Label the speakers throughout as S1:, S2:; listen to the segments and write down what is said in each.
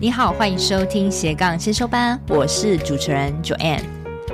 S1: 你好，欢迎收听斜杠先修班，我是主持人 Joanne。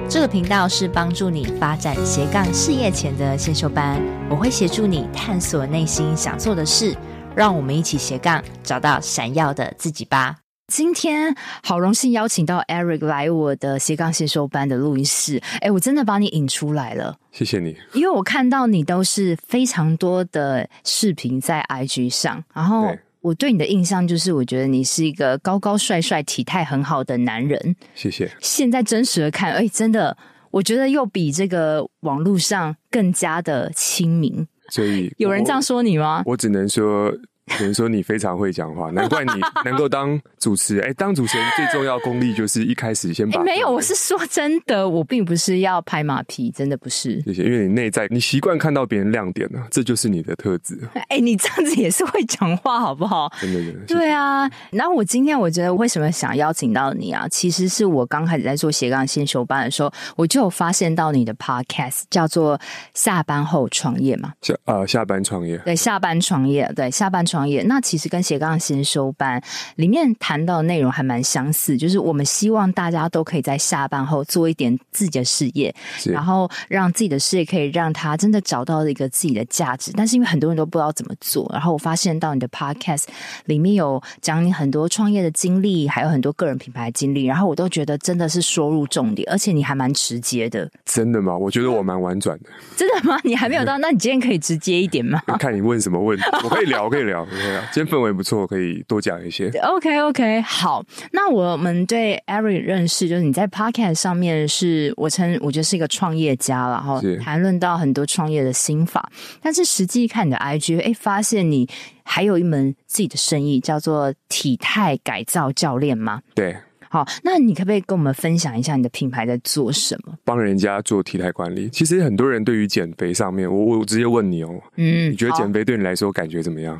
S1: 这个频道是帮助你发展斜杠事业前的先修班，我会协助你探索内心想做的事，让我们一起斜杠找到闪耀的自己吧。
S2: 今天好荣幸邀请到 Eric 来我的斜杠先修班的录音室，哎，我真的把你引出来了，
S3: 谢谢你。
S2: 因为我看到你都是非常多的视频在 IG 上，然后
S3: 对
S2: 我对你的印象就是，我觉得你是一个高高帅帅、体态很好的男人。
S3: 谢谢，
S2: 现在真实的看，哎，真的，我觉得又比这个网络上更加的亲民。
S3: 所以
S2: 有人这样说你吗？
S3: 我，我只能说，只能说你非常会 讲话，难怪你能够当主持人。哎，当主持人最重要功力就是一开始先
S2: 哎，
S3: 把
S2: 没有，我是说真的，我并不是要拍马屁，真的不是。
S3: 谢谢，因为你内在你习惯看到别人亮点了、这就是你的特质，
S2: 哎，你这样子也是会讲话，好不好？
S3: 真的真的。谢谢
S2: 对啊，然后我今天我觉得为什么想邀请到你啊？其实是我刚开始在做斜杠先修班的时候，我就有发现到你的 podcast 叫做《下班后创业》嘛。
S3: 下呃下班创业，
S2: 对，下班创业，对，下班创业。那其实跟斜杠先修班里面谈到的内容还蛮相似，就是我们希望大家都可以在下班后做一点自己的事业，
S3: 是
S2: 然后让自己的事业可以让他真的找到一个自己的价值。但是因为很多人都不知道怎么做，然后我发现到你的 podcast 里面有讲你很多创业的经历，还有很多个人品牌的经历，然后我都觉得真的是说入重点，而且你还蛮直接的，
S3: 真的吗？我觉得我蛮婉转的，
S2: 真的吗？你还没有到，那你今天可以直接一点吗？
S3: 看你问什么问 题，我可以聊，我可以聊，我可以聊。今天氛围不错，可以多讲一些。
S2: OK OK，好，那我们对 Eric 认识，就是你在 Podcast 上面是我称我觉得是一个创业家啦，然后
S3: 是
S2: 谈论到很多创业的心法，但是实际看你的 IG，哎，发现你还有一门自己的生意叫做体态改造教练吗？
S3: 对，
S2: 好，那你可不可以跟我们分享一下你的品牌在做什么？
S3: 帮人家做体态管理。其实很多人对于减肥上面，我我直接问你哦，
S2: 嗯，
S3: 你觉得
S2: 好
S3: 减肥对你来说感觉怎么样？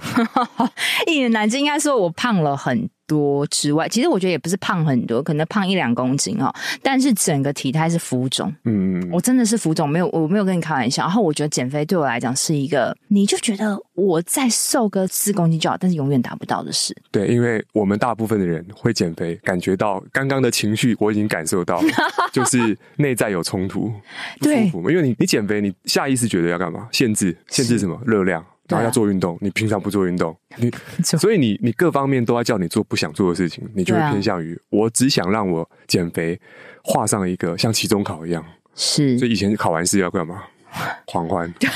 S2: 一言难尽，应该说我胖了很多之外，其实我觉得也不是胖很多，可能胖一两公斤哦，但是整个体态是浮肿。
S3: 嗯，
S2: 我真的是浮肿，没有，我没有跟你开玩笑。然后我觉得减肥对我来讲是一个，你就觉得我再瘦个四公斤就好，但是永远达不到的事。
S3: 对，因为我们大部分的人会减肥，感觉到刚刚的情绪我已经感受到了，就是内在有冲突，不舒
S2: 对
S3: 服嘛。因为你你减肥，你下意识觉得要干嘛？限制，限制什么？热量，
S2: 对啊
S3: 然后要做运动，你平常不做运动，你
S2: 错
S3: 所以你你各方面都要叫你做不想做的事情，你就会
S2: 对啊
S3: 偏向于、我只想让我减肥画上一个像期中考一样。
S2: 是
S3: 所以以前考完试要干嘛？狂欢。对，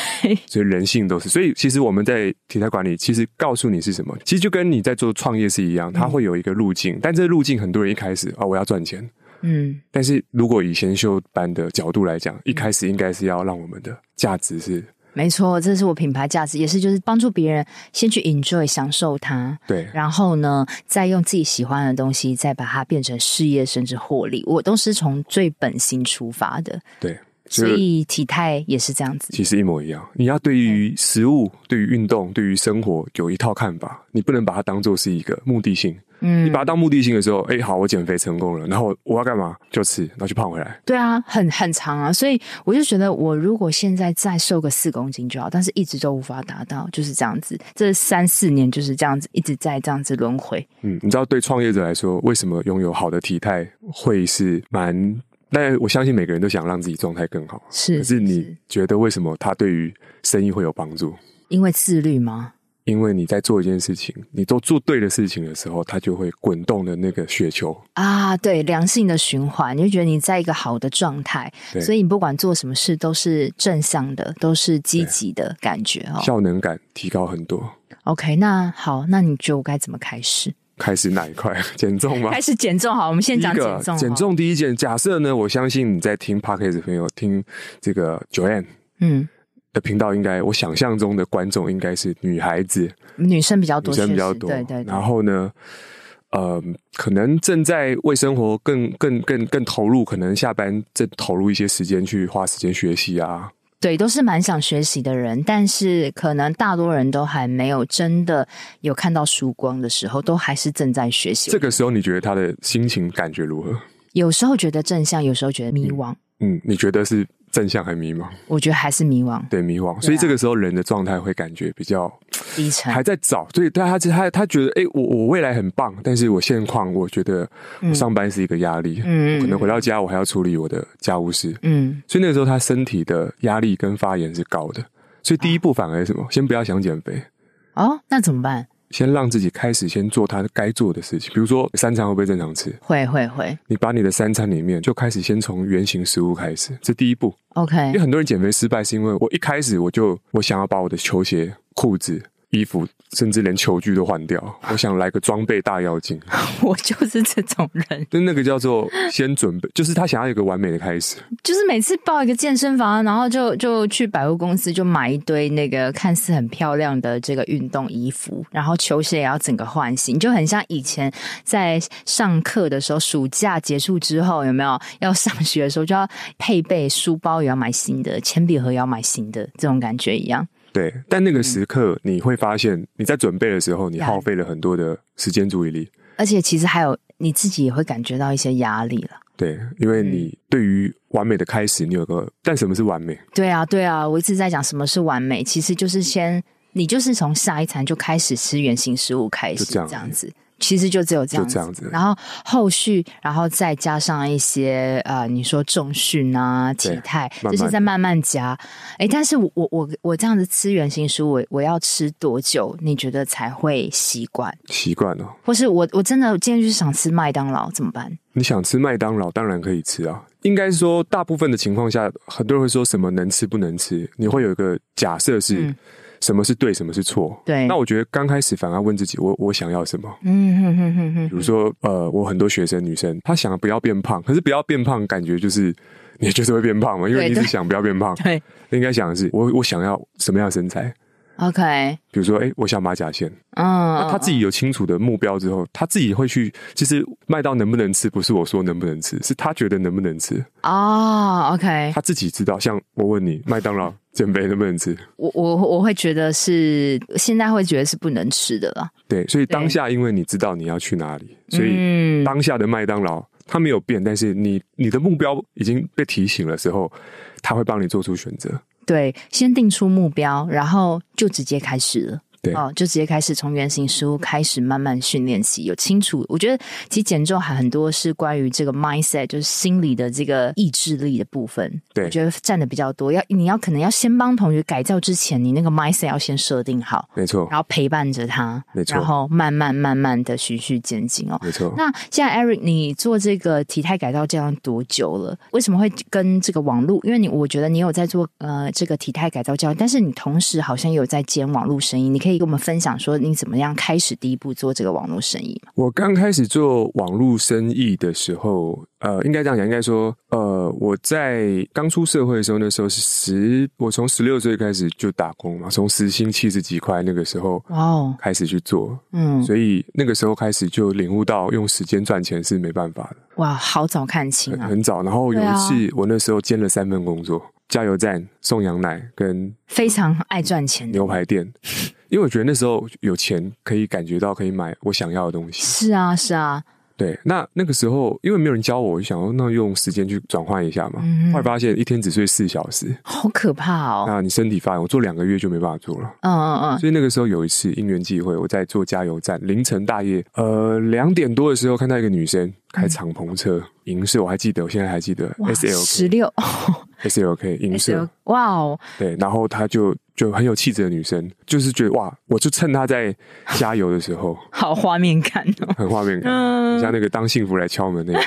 S3: 所以人性都是。所以其实我们在体态管理，其实告诉你是什么，其实就跟你在做创业是一样，它会有一个路径，但这路径很多人一开始啊、我要赚钱。
S2: 嗯，
S3: 但是如果以先修班的角度来讲，一开始应该是要让我们的价值是
S2: 没错，这是我品牌价值，也是就是帮助别人先去 enjoy 享受它，
S3: 对，
S2: 然后呢，再用自己喜欢的东西，再把它变成事业甚至获利。我都是从最本心出发的，
S3: 对，
S2: 所
S3: 所以
S2: 以体态也是这样子。
S3: 其实一模一样。你要对于食物、对于运动、对于生活有一套看法，你不能把它当做是一个目的性。你
S2: 嗯，
S3: 把它当目的性的时候，哎、好，我减肥成功了，然后我要干嘛？就吃，然后就胖回来。
S2: 对啊，很很长啊，所以我就觉得，我如果现在再瘦个四公斤就好，但是一直都无法达到，就是这样子，这三四年就是这样子，一直在这样子轮回。
S3: 嗯，你知道对创业者来说，为什么拥有好的体态会是蛮？但我相信每个人都想让自己状态更好。
S2: 是
S3: 可是你觉得为什么它对于生意会有帮助？
S2: 因为自律吗？
S3: 因为你在做一件事情，你都做对的事情的时候，它就会滚动的那个雪球。
S2: 啊，对，良性的循环，你就觉得你在一个好的状态，
S3: 对
S2: 所以你不管做什么事都是正向的，都是
S3: 啊
S2: 积极的感觉哦。
S3: 效能感提高很多。
S2: OK，那好，那你觉得我该怎么开始？
S3: 开始哪一块减重吗？
S2: 开始减重好，我们先讲
S3: 啊第一
S2: 减
S3: 个
S2: 重。
S3: 减，重第一件，假设呢，我相信你在听 p o d c a s t 的朋友听这个 Joanne
S2: 嗯，
S3: 的频道，应该我想象中的观众应该是女孩子，
S2: 女生比较多，
S3: 女生比
S2: 确
S3: 较
S2: 实
S3: 多，
S2: 对对对
S3: 然后呢，呃，可能正在为生活更更更更投入，可能下班正投入一些时间去花时间学习啊，
S2: 对，都是蛮想学习的人，但是可能大多人都还没有真的有看到曙光的时候，都还是正在学习。
S3: 这个时候你觉得他的心情感觉如何？
S2: 有时候觉得正向，有时候觉得迷惘。
S3: 嗯，你觉得是正向还迷茫，
S2: 我觉得还是迷惘、
S3: 对迷
S2: 啊
S3: 惘，所以这个时候人的状态会感觉比较
S2: 低沉。
S3: 还在找，对，但他他他觉得，哎、我我未来很棒，但是我现况我觉得我上班是一个压力，
S2: 嗯嗯嗯嗯
S3: 可能回到家我还要处理我的家务事，
S2: 嗯，
S3: 所以那个时候他身体的压力跟发炎是高的，所以第一步反而是什么？先不要想减肥，
S2: 哦，那怎么办？
S3: 先让自己开始先做他该做的事情，比如说三餐会不会正常吃？
S2: 会会会
S3: 你把你的三餐里面就开始先从原型食物开始，这第一步。因为
S2: ，OK，
S3: 很多人减肥失败是因为我一开始我就我想要把我的球鞋、裤子、衣服，甚至连球具都换掉，我想来个装备大妖精，
S2: 我就是这种人，
S3: 就那个叫做先准备，就是他想要有一个完美的开始。
S2: 就是每次报一个健身房，然后就就去百货公司就买一堆那个看似很漂亮的这个运动衣服，然后球鞋也要整个换新，就很像以前在上课的时候，暑假结束之后有没有要上学的时候就要配备书包也要买新的，铅笔盒也要买新的，这种感觉一样。
S3: 对，但
S2: 嗯
S3: 那个时刻你会发现，你在准备的时候，你
S2: 压力
S3: 耗费了很多的时间注意力。
S2: 而且其实还有你自己也会感觉到一些压力了。
S3: 对，因为
S2: 嗯
S3: 你对于完美的开始，你有个，但什么是完美？
S2: 对啊，对啊，我一直在讲什么是完美，其实就是先你就是从下一餐就开始吃原形食物开始，
S3: 就这样
S2: 子。其实就只有这样
S3: 就
S2: 子，
S3: 这样子
S2: 然后后续，然后再加上一些呃，你说重训啊、体
S3: 对
S2: 态，
S3: 慢慢
S2: 就是在慢慢加。哎，但是我我我我这样子吃原形食物，我我要吃多久？你觉得才会习惯？
S3: 习惯哦。
S2: 或是我我真的今天就是想吃麦当劳，怎么办？
S3: 你想吃麦当劳，当然可以吃啊。应该说，大部分的情况下，很多人会说什么能吃不能吃，你会有一个假设是、
S2: 嗯
S3: 什么是对，什么是错。
S2: 对
S3: 那我觉得刚开始反而问自己，我我想要什么？
S2: 嗯哼哼哼哼
S3: 比如说，呃，我很多学生女生，她想不要变胖，可是不要变胖，感觉就是你就是会变胖嘛，因为
S2: 对
S3: 你一直
S2: 对
S3: 想不要变胖。
S2: 对
S3: 应该想的是，我我想要什么样的身材？
S2: ，OK，
S3: 比如说，哎、我想马甲线。
S2: 嗯，
S3: 那他自己有清楚的目标之后，他自己会去。其实麦到能不能吃，不是我说能不能吃，是他觉得能不能吃。
S2: 哦，OK，
S3: 他自己知道。像我问你，麦当劳减肥能不能吃？
S2: 我我我会觉得是现在会觉得是不能吃的了。
S3: 对，所以
S2: 对
S3: 当下因为你知道你要去哪里，所以
S2: 嗯
S3: 当下的麦当劳它没有变，但是你你的目标已经被提醒了之后，他会帮你做出选择。
S2: 对，先定出目标，然后就直接开始了。
S3: 对
S2: 哦，就直接开始从原型食物开始慢慢训练起，有清楚。我觉得其实减重还很多是关于这个 mindset，就是心理的这个意志力的部分。
S3: 对
S2: 我觉得占的比较多。要你要可能要先帮同学改造之前，你那个 mindset 要先设定好，
S3: 没错，
S2: 然后陪伴着他，
S3: 哦没错
S2: 然后慢慢慢慢的循序渐进哦。
S3: 没错。
S2: 那现在 Eric，你做这个体态改造这样多久了？为什么会跟这个网络？因为你我觉得你有在做呃这个体态改造教育，但是你同时好像也有在兼网络生意，你可以跟我们分享说你怎么样开始第一步做这个网络生意吗？
S3: 我刚开始做网络生意的时候，呃，应该这样讲，应该说，呃，我在刚出社会的时候，那时候是十，我从十六岁开始就打工嘛，从时薪七十几块那个时候
S2: 哇哦，
S3: 开始去做，
S2: 嗯，
S3: 所以那个时候开始就领悟到用时间赚钱是没办法的，
S2: 哇，好早看清
S3: 很
S2: 啊，
S3: 很早。然后有一
S2: 对
S3: 次，我那时候兼了三份工作：加油站、送羊奶跟
S2: 非常爱赚钱的。
S3: 牛 排店，因为我觉得那时候有钱可以感觉到可以买我想要的东西。
S2: 是啊，是啊，
S3: 对，那那个时候因为没有人教我，我就想说那用时间去转换一下嘛。
S2: 嗯
S3: 后来发现一天只睡四小时，
S2: 好可怕哦。
S3: 那你身体发炎，我做两个月就没办法做了。
S2: 嗯嗯嗯，
S3: 所以那个时候有一次因缘际会，我在做加油站，凌晨大夜，呃，两点多的时候看到一个女生开敞篷车，银色，我还记得，我现在还记得
S2: 嗯哇，
S3: S L
S2: 十
S3: K
S2: 六
S3: S L K 银色，
S2: 哇哦，
S3: 对，然后她就就很有气质的女生，就是觉得哇，我就趁她在加油的时候，
S2: 好画面感哦。
S3: 很画面感，
S2: 嗯
S3: 很像那个当幸福来敲门 那个。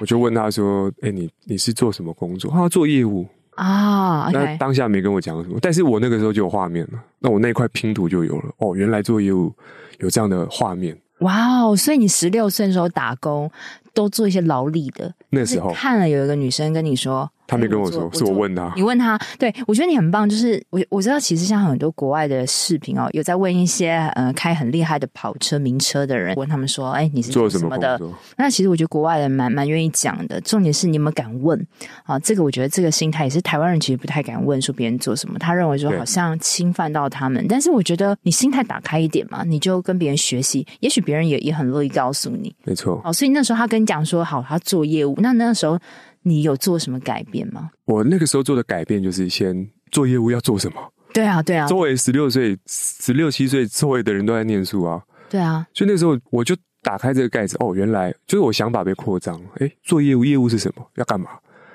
S3: 我就问她说：“哎、你你是做什么工作？”她哦做业务。
S2: 啊
S3: 那
S2: ，OK，
S3: 当下没跟我讲什么，但是我那个时候就有画面了，那我那一块拼图就有了。哦，原来做业务有这样的画面。
S2: 哇哦！所以你十六岁的时候打工，都做一些劳力的。
S3: 那时候
S2: 就是看了有一个女生跟你说，
S3: 他没
S2: 哎
S3: 跟我
S2: 做
S3: 说，是我
S2: 做
S3: 问他
S2: 你。问他，对我觉得你很棒。就是我我知道，其实像很多国外的视频哦，有在问一些呃开很厉害的跑车、名车的人，问他们说，哎，你是
S3: 做
S2: 什
S3: 什么工
S2: 的？
S3: 作？
S2: 那其实我觉得国外人蛮蛮愿意讲的，重点是你有没有敢问啊？这个我觉得这个心态也是台湾人其实不太敢问说别人做什么，他认为说
S3: 对
S2: 好像侵犯到他们。但是我觉得你心态打开一点嘛，你就跟别人学习，也许别人也也很乐意告诉你。
S3: 没错，
S2: 哦，所以那时候他跟你讲说好，他做业务，那那时候你有做什么改变吗？
S3: 我那个时候做的改变就是先做业务要做什么。
S2: 对啊，对啊，
S3: 周围十六岁、十六七岁周围的人都在念书啊，
S2: 对啊，
S3: 所以那时候我就打开这个盖子，哦，原来就是我想法被扩张了。哎，做业务，业务是什么？要干嘛？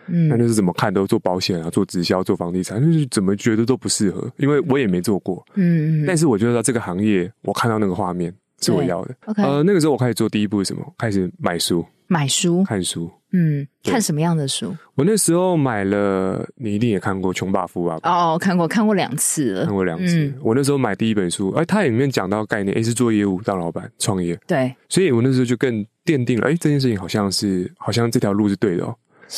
S3: 那
S2: 嗯
S3: 就是怎么看都做保险啊，做直销，做房地产，就是怎么觉得都不适合，因为我也没做过。
S2: 嗯嗯
S3: 但是我就知道这个行业，我看到那个画面是我
S2: 对
S3: 要的。
S2: ，OK，
S3: 呃，那个时候我开始做第一步是什么？开始买书、
S2: 买书，
S3: 看书。
S2: 嗯，
S3: 对
S2: 看什么样的书？
S3: 我那时候买了，你一定也看过《穷爸富爸爸》
S2: 哦，看过，看过两次了，
S3: 看过两次。
S2: 嗯
S3: 我那时候买第一本书，哎，它里面讲到概念，哎，是做业务当老板创业，
S2: 对，
S3: 所以我那时候就更奠定了，哎，这件事情好像是好像这条路是对的哦，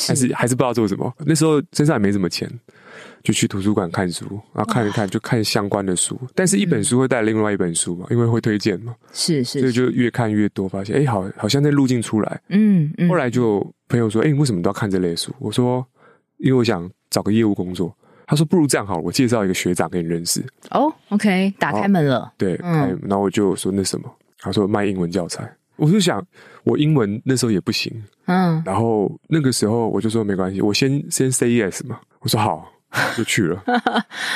S3: 还是还是不知道做什么。那时候身上也没什么钱，就去图书馆看书，然后看一看就看相关的书，但是一本书会带另外一本书嘛，因为会推荐嘛，
S2: 嗯是
S3: 所以
S2: 是，
S3: 就越看越多，发现哎，好好像在路径出来。
S2: 嗯嗯，
S3: 后来就朋友说：“哎、你为什么都要看这类书？”我说：“因为我想找个业务工作。”他说：“不如这样好了，我介绍一个学长给你认识。
S2: 哦，OK，打开门了，”
S3: 对，
S2: 嗯
S3: 开然后我就说：“那什么？”他说：“卖英文教材。”我就想，我英文那时候也不行，
S2: 嗯，
S3: 然后那个时候我就说没关系，我先先 say yes 嘛。我说好，就去 了。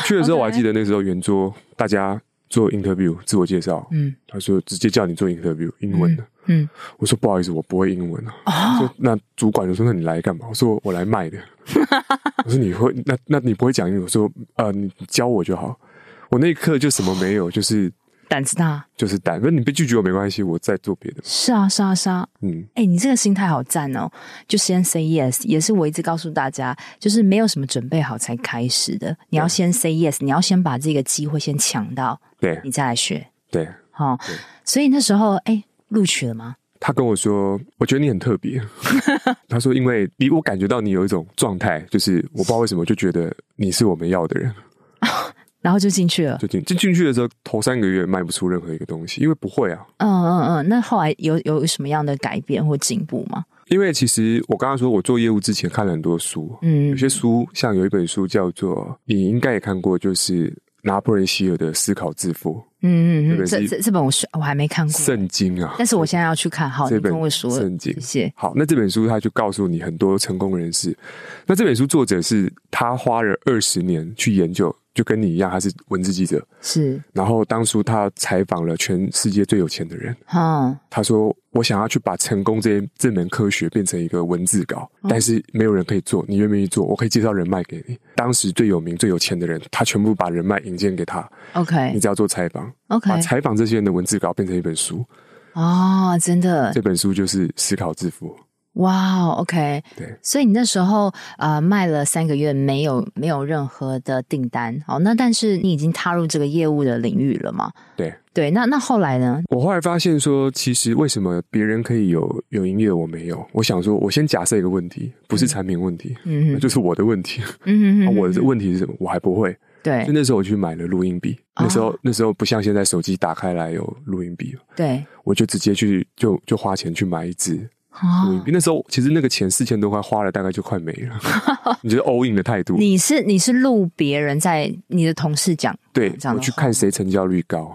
S3: 去了之后
S2: OK
S3: 我还记得那时候圆桌大家做 interview 自我介绍，
S2: 嗯
S3: 他说直接叫你做 interview 英文的，
S2: 嗯，
S3: 我说不好意思，我不会英文啊。
S2: 哦，
S3: 说那主管就说：“那你来干嘛？”我说：“我来 卖的。”我说：“你会那那你不会讲英语？”我说：“呃，你教我就好。”我那一刻就什么没有，就是
S2: 胆子大，
S3: 就是胆。那你被拒绝我没关系，我再做别的。
S2: 是啊是啊是啊，
S3: 嗯，
S2: 哎、你这个心态好赞哦！就先 say yes，也是我一直告诉大家，就是没有什么准备好才开始的。你要先 say yes，你要先把这个机会先抢到，
S3: 对
S2: 你再来学。
S3: 对。
S2: 好、哦，所以那时候哎，录、取了吗？
S3: 他跟我说：“我觉得你很特 别。”他说：“因为你，我感觉到你有一种状态，就是我不知道为什么，就觉得你是我们要的人。
S2: 然后就进去了。
S3: 就进就进去的时候，头三个月卖不出任何一个东西，因为不会啊。
S2: 嗯嗯嗯，那后来有有什么样的改变或进步吗？
S3: 因为其实我刚刚说，我做业务之前看了很多书，有
S2: 嗯，
S3: 些书，像有一本书叫做，你应该也看过，就是拿破仑希尔的《思考致富
S2: 嗯嗯
S3: 特
S2: 嗯，
S3: 别
S2: 这
S3: 是
S2: 这这本我是我还没看》过，
S3: 圣经啊。
S2: 但是我现在要去看。哦好，你
S3: 这本
S2: 跟我说，
S3: 圣经
S2: 谢谢。
S3: 好，那这本书它就告诉你很多成功人士。那这本书作者是他花了二十年去研究，就跟你一样，他是文字记者。
S2: 是，
S3: 然后当初他采访了全世界最有钱的人，
S2: 嗯，
S3: 他说：“我想要去把成功这这门科学变成一个文字稿，但是没有人可以做，你愿不愿意做？我可以介绍人脉给你。当时最有名、最有钱的人，他全部把人脉引荐给他，你
S2: OK
S3: 只要做采访，
S2: OK，
S3: 把采访这些人的文字稿变成一本书，
S2: 哦，真的，
S3: 这本书就是《思考致富》。
S2: 哇哦，OK，
S3: 对
S2: 所以你那时候呃卖了三个月，没有没有任何的订单哦。那但是你已经踏入这个业务的领域了嘛？
S3: 对
S2: 对，那那后来呢？
S3: 我后来发现说，其实为什么别人可以有有营业，我没有？我想说，我先假设一个问题，不是产品问题，
S2: 嗯
S3: 那
S2: 哼
S3: 就是我的问题。啊
S2: 嗯哼哼
S3: 我的问题是什么？我还不会。所以
S2: 对
S3: 那时候我去买了录音笔，
S2: 哦
S3: 那时候那时候不像现在手机打开来有录音笔，
S2: 对
S3: 我就直接去就就花钱去买一支录音
S2: 哦
S3: 笔。，那时候其实那个钱四千多块花了，大概就快没 了。你觉得 all in 的态度？
S2: 你是你是录别人在你的同事讲，
S3: 对
S2: 这样，的
S3: 我去
S2: 话
S3: 看谁成交率 高，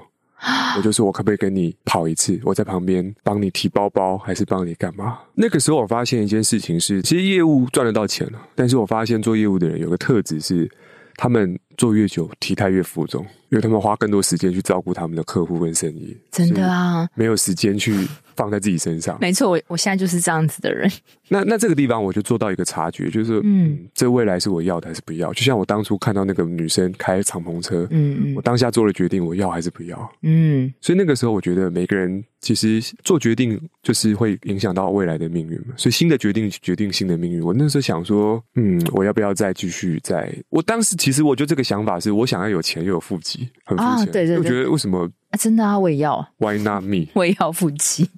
S3: 我就说我可不可以跟你跑一次？我在旁边帮你提包包，还是帮你干嘛？那个时候我发现一件事情是，其实业务赚得到钱了，但是我发现做业务的人有个特质是，他们做越久体态越浮肿，因为他们花更多时间去照顾他们的客户跟生意，
S2: 真的啊，
S3: 没有时间去放在自己身上。
S2: 没错，我我现在就是这样子的人，
S3: 那那这个地方我就做到一个察觉，就是
S2: 嗯
S3: 嗯，这未来是我要的还是不要？就像我当初看到那个女生开敞篷车，
S2: 嗯嗯
S3: 我当下做了决定，我要还是不要？
S2: 嗯，
S3: 所以那个时候，我觉得每个人其实做决定就是会影响到未来的命运嘛。所以新的决定决定新的命运。我那时候想说，嗯，我要不要再继续再？我当时其实我就这个想法是我想要有钱又有腹肌，很肤
S2: 啊
S3: 浅。
S2: 对对对
S3: 我觉得为什么
S2: 啊真的啊，我也要
S3: Why not me？
S2: 我也要腹肌，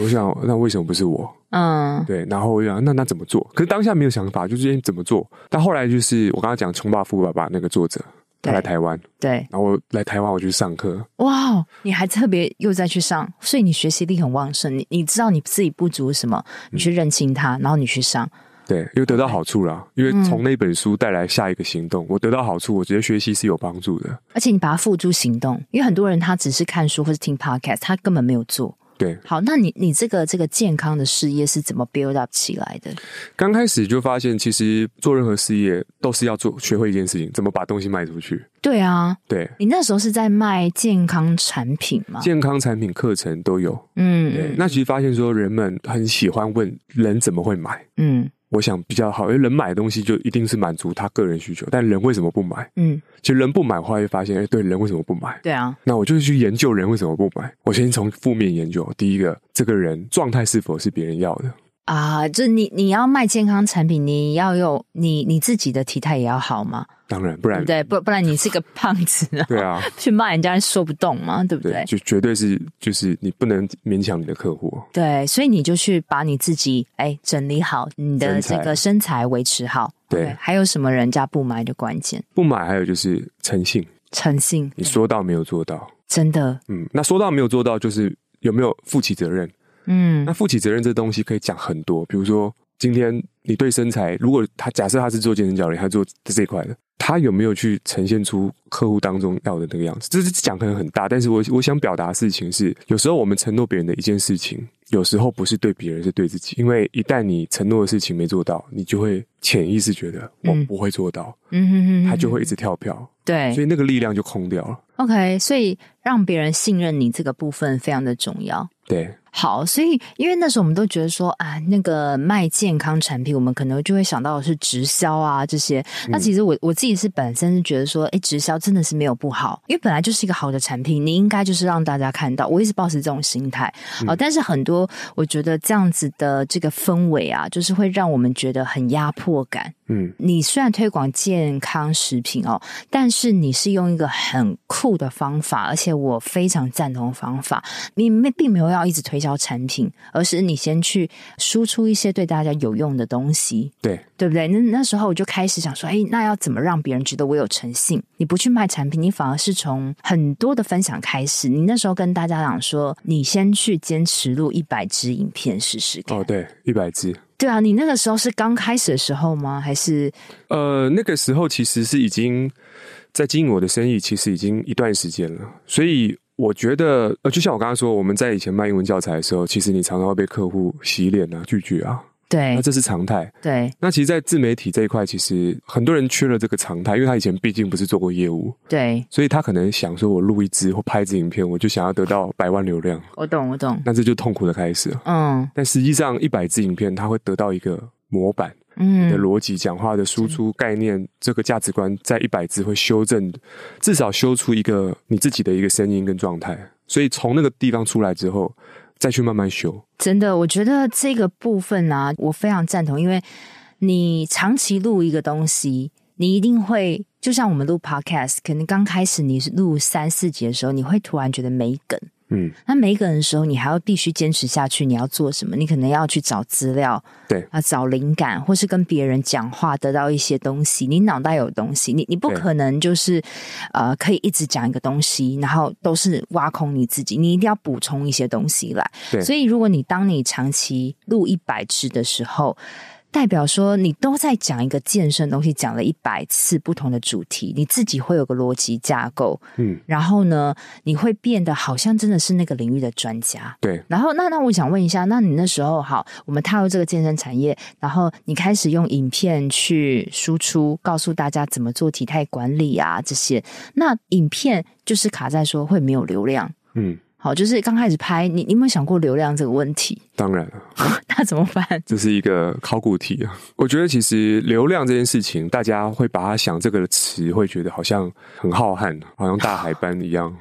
S3: 我想那为什么不是我？
S2: 嗯
S3: 对，然后我就想那那怎么做？可是当下没有想法，就是诶怎么做。但后来就是我刚刚讲《穷爸富爸爸》那个作者，他
S2: 对
S3: 来台湾，
S2: 对，
S3: 然后我来台湾我去上课，
S2: 哇哦，你还特别又再去上，所以你学习力很旺盛。你你知道你自己不足什么，你去认清它，然后你去上。
S3: 对，又得到好处啦，因为从那本书带来下一个行动，我得到好处，我觉得学习是有帮助的。
S2: 而且你把它付诸行动，因为很多人他只是看书或是听 podcast，他根本没有做。
S3: 对，
S2: 好，那你你这个这个健康的事业是怎么 build up 起来的？
S3: 刚开始就发现，其实做任何事业都是要做学会一件事情，怎么把东西卖出去。
S2: 对啊，
S3: 对，
S2: 你那时候是在卖健康产品吗？
S3: 健康产品、课程都有。对
S2: 啊嗯，
S3: 那其实发现说，人们很喜欢问人怎么会买。
S2: 嗯
S3: 我想比较好，因为人买的东西就一定是满足他个人需求，但人为什么不买？
S2: 嗯，
S3: 其实人不买的话，会发现，哎，对，人为什么不买？
S2: 对啊，
S3: 那我就去研究人为什么不买。我先从负面研究，第一个，这个人状态是否是别人要的？
S2: 啊，就是你你要卖健康产品，你要有你你自己的体态也要好嘛，
S3: 当然，不
S2: 对
S3: 然
S2: 不对？不不然你是个胖子，
S3: 对啊，
S2: 去骂人家说不动嘛，对不
S3: 对
S2: 对？
S3: 就绝对是就是你不能勉强你的客户。
S2: 对，所以你就去把你自己哎整理好，你的
S3: 身材
S2: 这个身材维持好。
S3: 对
S2: OK，还有什么人家不买的关键？
S3: 不买，还有就是诚信，
S2: 诚信，
S3: 你说到没有做到。
S2: 真的，
S3: 嗯，那说到没有做到，就是有没有负起责任？
S2: 嗯
S3: 那负起责任这东西可以讲很多，比如说今天你对身材，如果他假设他是做健身教练，他做这一块的，他有没有去呈现出客户当中要的那个样子？这是讲可能很大，但是我我想表达的事情是，有时候我们承诺别人的一件事情，有时候不是对别人，是对自己，因为一旦你承诺的事情没做到，你就会潜意识觉得我
S2: 嗯
S3: 不会做到，
S2: 嗯哼哼哼，
S3: 他就会一直跳票，
S2: 对
S3: 所以那个力量就空掉了。
S2: OK，所以让别人信任你这个部分非常的重要。
S3: 对，
S2: 好，所以因为那时候我们都觉得说啊，那个卖健康产品，我们可能就会想到的是直销啊这些。那其实我我自己是本身是觉得说，哎，直销真的是没有不好，因为本来就是一个好的产品，你应该就是让大家看到。我一直保持这种心态，好、但是很多我觉得这样子的这个氛围啊，就是会让我们觉得很压迫感。
S3: 嗯，
S2: 你虽然推广健康食品哦，但是你是用一个很酷的方法，而且我非常赞同方法。你没并没有要一直推销产品，而是你先去输出一些对大家有用的东西，
S3: 对，
S2: 对不对？那那时候我就开始想说，哎，那要怎么让别人觉得我有诚信？你不去卖产品，你反而是从很多的分享开始。你那时候跟大家讲说，你先去坚持录一百支影片试试看。
S3: 哦，对，一百只。
S2: 对啊，你那个时候是刚开始的时候吗？还是
S3: 呃，那个时候其实是已经在经营我的生意，其实已经一段时间了，所以我觉得，呃，就像我刚刚说，我们在以前卖英文教材的时候，其实你常常会被客户洗脸啊、拒绝啊，
S2: 对
S3: 那这是常态。
S2: 对？
S3: 那其实，在自媒体这一块，其实很多人缺了这个常态，因为他以前毕竟不是做过业务，
S2: 对，
S3: 所以他可能想说，我录一支或拍一支影片，我就想要得到百万流量，
S2: 我懂，我懂。
S3: 那这就痛苦的开始了。
S2: 嗯
S3: 但实际上，一百支影片，它会得到一个模板。你的
S2: 嗯，
S3: 逻辑、讲话的输出、概念，这个价值观，在一百字会修正，至少修出一个你自己的一个声音跟状态。所以从那个地方出来之后，再去慢慢修。
S2: 真的，我觉得这个部分啊，我非常赞同，因为你长期录一个东西，你一定会，就像我们录 podcast，可能刚开始你是录三四集的时候，你会突然觉得没梗。
S3: 嗯，
S2: 那没梗的时候，你还要必须坚持下去。你要做什么？你可能要去找资料，
S3: 对
S2: 啊，找灵感，或是跟别人讲话，得到一些东西。你脑袋有东西，你你不
S3: 对
S2: 可能就是呃，可以一直讲一个东西，然后都是挖空你自己。你一定要补充一些东西来。
S3: 对
S2: 所以如果你当你长期录一百支的时候。代表说，你都在讲一个健身的东西，讲了一百次不同的主题，你自己会有个逻辑架构，
S3: 嗯，
S2: 然后呢，你会变得好像真的是那个领域的专家。
S3: 对，
S2: 然后，那那我想问一下，那你那时候好，我们踏入这个健身产业，然后你开始用影片去输出，告诉大家怎么做体态管理啊这些。那影片就是卡在说会没有流量，
S3: 嗯，
S2: 好，就是刚开始拍，你你有没有想过流量这个问题？
S3: 当然了，
S2: 那怎么办？
S3: 这是一个考古题啊。我觉得其实流量这件事情，大家会把它想这个词，会觉得好像很浩瀚，好像大海般一 样，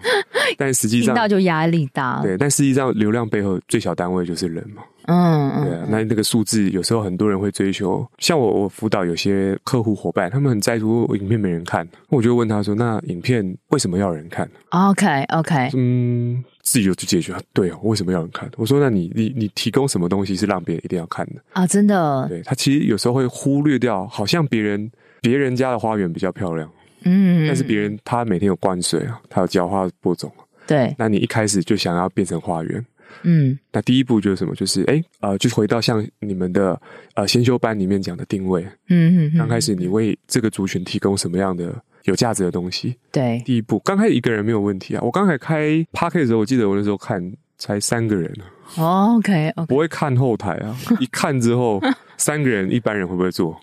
S3: 但实际
S2: 听
S3: 上。
S2: 到就压力大。
S3: 对，但实际上流量背后最小单位就是人嘛。
S2: 嗯
S3: 对
S2: 嗯
S3: 啊，那那个数字有时候很多人会追求，像我我辅导有些客户伙伴，他们很在乎影片没人看，我就问他说：“那影片为什么要有人看
S2: ，OK OK，？”
S3: 嗯，自己有去解决。对哦，为什么要有人看？我说：“那你你你提供什么东西是让别人一定要看的
S2: 啊，真？”的，
S3: 对他其实有时候会忽略掉，好像别人别人家的花园比较漂亮，
S2: 嗯，
S3: 但是别人他每天有灌水啊，他有浇花播种啊，
S2: 对，
S3: 那你一开始就想要变成花园，
S2: 嗯
S3: 那第一步就是什么？就是哎、诶呃，就回到像你们的呃先修班里面讲的定位，啊
S2: 嗯嗯，嗯
S3: 刚开始你为这个族群提供什么样的有价值的东西？
S2: 对，
S3: 第一步，刚开始一个人没有问题啊。我刚才开 p a r k 的时候，我记得我那时候看才三个人啊，
S2: 哦，OK OK，
S3: 不会看后台 啊，一看之后三个人一般人会不会做？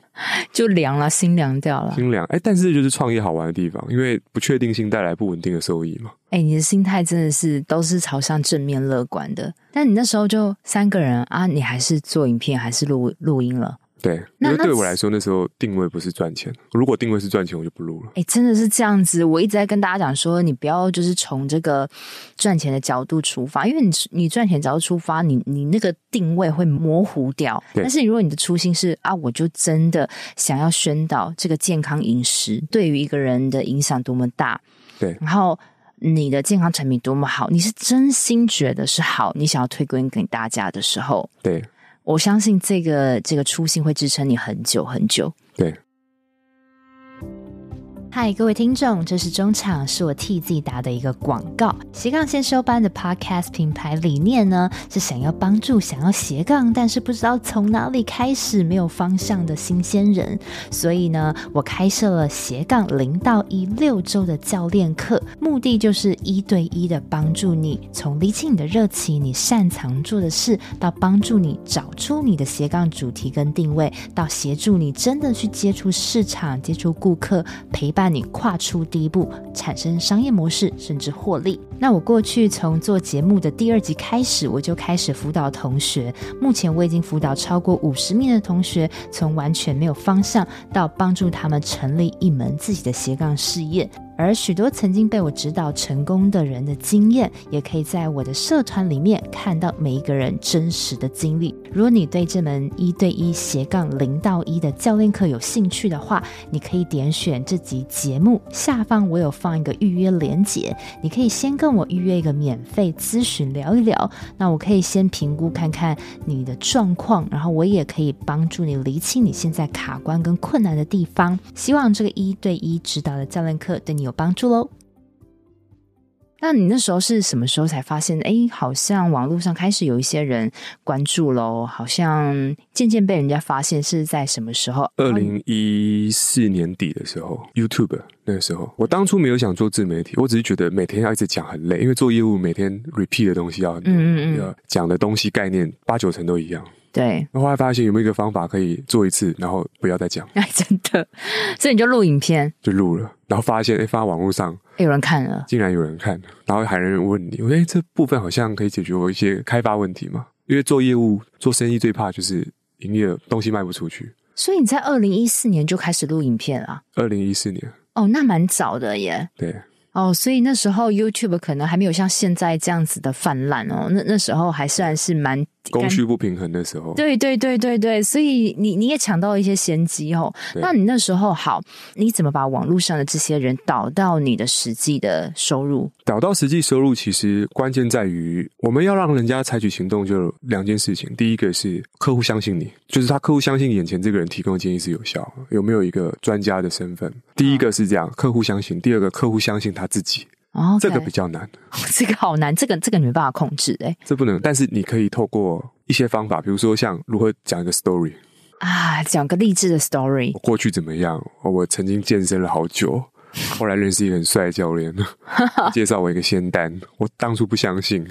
S2: 就凉了，心凉掉了。
S3: 心凉哎，但是就是创业好玩的地方，因为不确定性带来不稳定的收益嘛。
S2: 哎、你的心态真的是都是朝向正面乐观的。但你那时候就三个人啊，你还是做影片，还是录录音了。
S3: 对，
S2: 那
S3: 因为
S2: 那
S3: 对我来说那时候定位不是赚钱，如果定位是赚钱，我就不录了。
S2: 哎、真的是这样子。我一直在跟大家讲说，你不要就是从这个赚钱的角度出发，因为你你赚钱角度出发，你你那个定位会模糊掉。
S3: 对
S2: 但是如果你的初心是啊，我就真的想要宣导这个健康饮食对于一个人的影响多么大，
S3: 对
S2: 然后。你的健康产品多么好，你是真心觉得是好，你想要推广给大家的时候，
S3: 对，
S2: 我相信这个这个初心会支撑你很久很久。
S1: 嗨，各位听众，这是中场，是我替自己打的一个广告。斜杠先修班的 Podcast 品牌理念呢，是想要帮助想要斜杠但是不知道从哪里开始、没有方向的新鲜人。所以呢，我开设了斜杠零到一六周的教练课，目的就是一对一的帮助你从理清你的热情、你擅长做的事，到帮助你找出你的斜杠主题跟定位，到协助你真的去接触市场、接触顾客，陪伴你跨出第一步，产生商业模式，甚至获利。那我过去从做节目的第二集开始，我就开始辅导同学，目前我已经辅导超过五十名的同学，从完全没有方向到帮助他们成立一门自己的斜杠事业。而许多曾经被我指导成功的人的经验，也可以在我的社团里面看到每一个人真实的经历。如果你对这门一对一斜杠零到一的教练课有兴趣的话，你可以点选这集节目下方，我有放一个预约连结，你可以先跟我预约一个免费咨询聊一聊。那我可以先评估看看你的状况，然后我也可以帮助你厘清你现在卡关跟困难的地方。希望这个一对一指导的教练课对你有帮助喽。
S2: 那你那时候是什么时候才发现？哎，好像网络上开始有一些人关注喽，好像渐渐被人家发现是在什么时候？
S3: 二零一四年底的时候，YouTube 那个时候，我当初没有想做自媒体，我只是觉得每天要一直讲很累，因为做业务每天 repeat 的东西要很多，
S2: 嗯嗯嗯，
S3: 要讲的东西概念八九成都一样。
S2: 对，
S3: 那后来发现有没有一个方法可以做一次，然后不要再讲，
S2: 哎，真的，所以你就录影片，
S3: 就录了，然后发现哎、诶发网络上
S2: 哎有人看了，
S3: 竟然有人看，然后还有人问你，我说哎、诶这部分好像可以解决我一些开发问题嘛，因为做业务做生意最怕就是营业额东西卖不出去。
S2: 所以你在二零一四年就开始录影片了。
S3: 二零一四年，
S2: 哦，那蛮早的耶。
S3: 对，
S2: 哦，所以那时候 YouTube 可能还没有像现在这样子的泛滥哦，那那时候还算是蛮
S3: 供需不平衡的时候，
S2: 对对对对对，所以你你也抢到一些先机哦。
S3: 对
S2: 那你那时候好，你怎么把网络上的这些人导到你的实际的收入？
S3: 找到实际收入，其实关键在于我们要让人家采取行动，就有两件事情。第一个是客户相信你，就是他客户相信眼前这个人提供的建议是有效，有没有一个专家的身份？第一个是这样，客户相信；第二个，客户相信他自己，
S2: 哦、
S3: 这个比较难，
S2: 这个好难，这个这个你没办法控制哎、
S3: 这不能。但是你可以透过一些方法，比如说像如何讲一个 story，
S2: 啊，讲个励志的 story
S3: 我过去怎么样？哦我曾经健身了好 久，后来认识一个很帅的教练，介绍我一个仙丹。我当初不相信，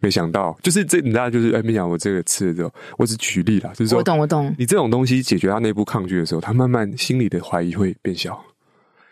S3: 没想到就是这，你知道，就是哎，没想到我这个吃了之后，我只举例啦，就是说
S2: 我，懂我懂
S3: 你这种东西解决他内部抗拒的时候，他慢慢心里的怀疑会变小。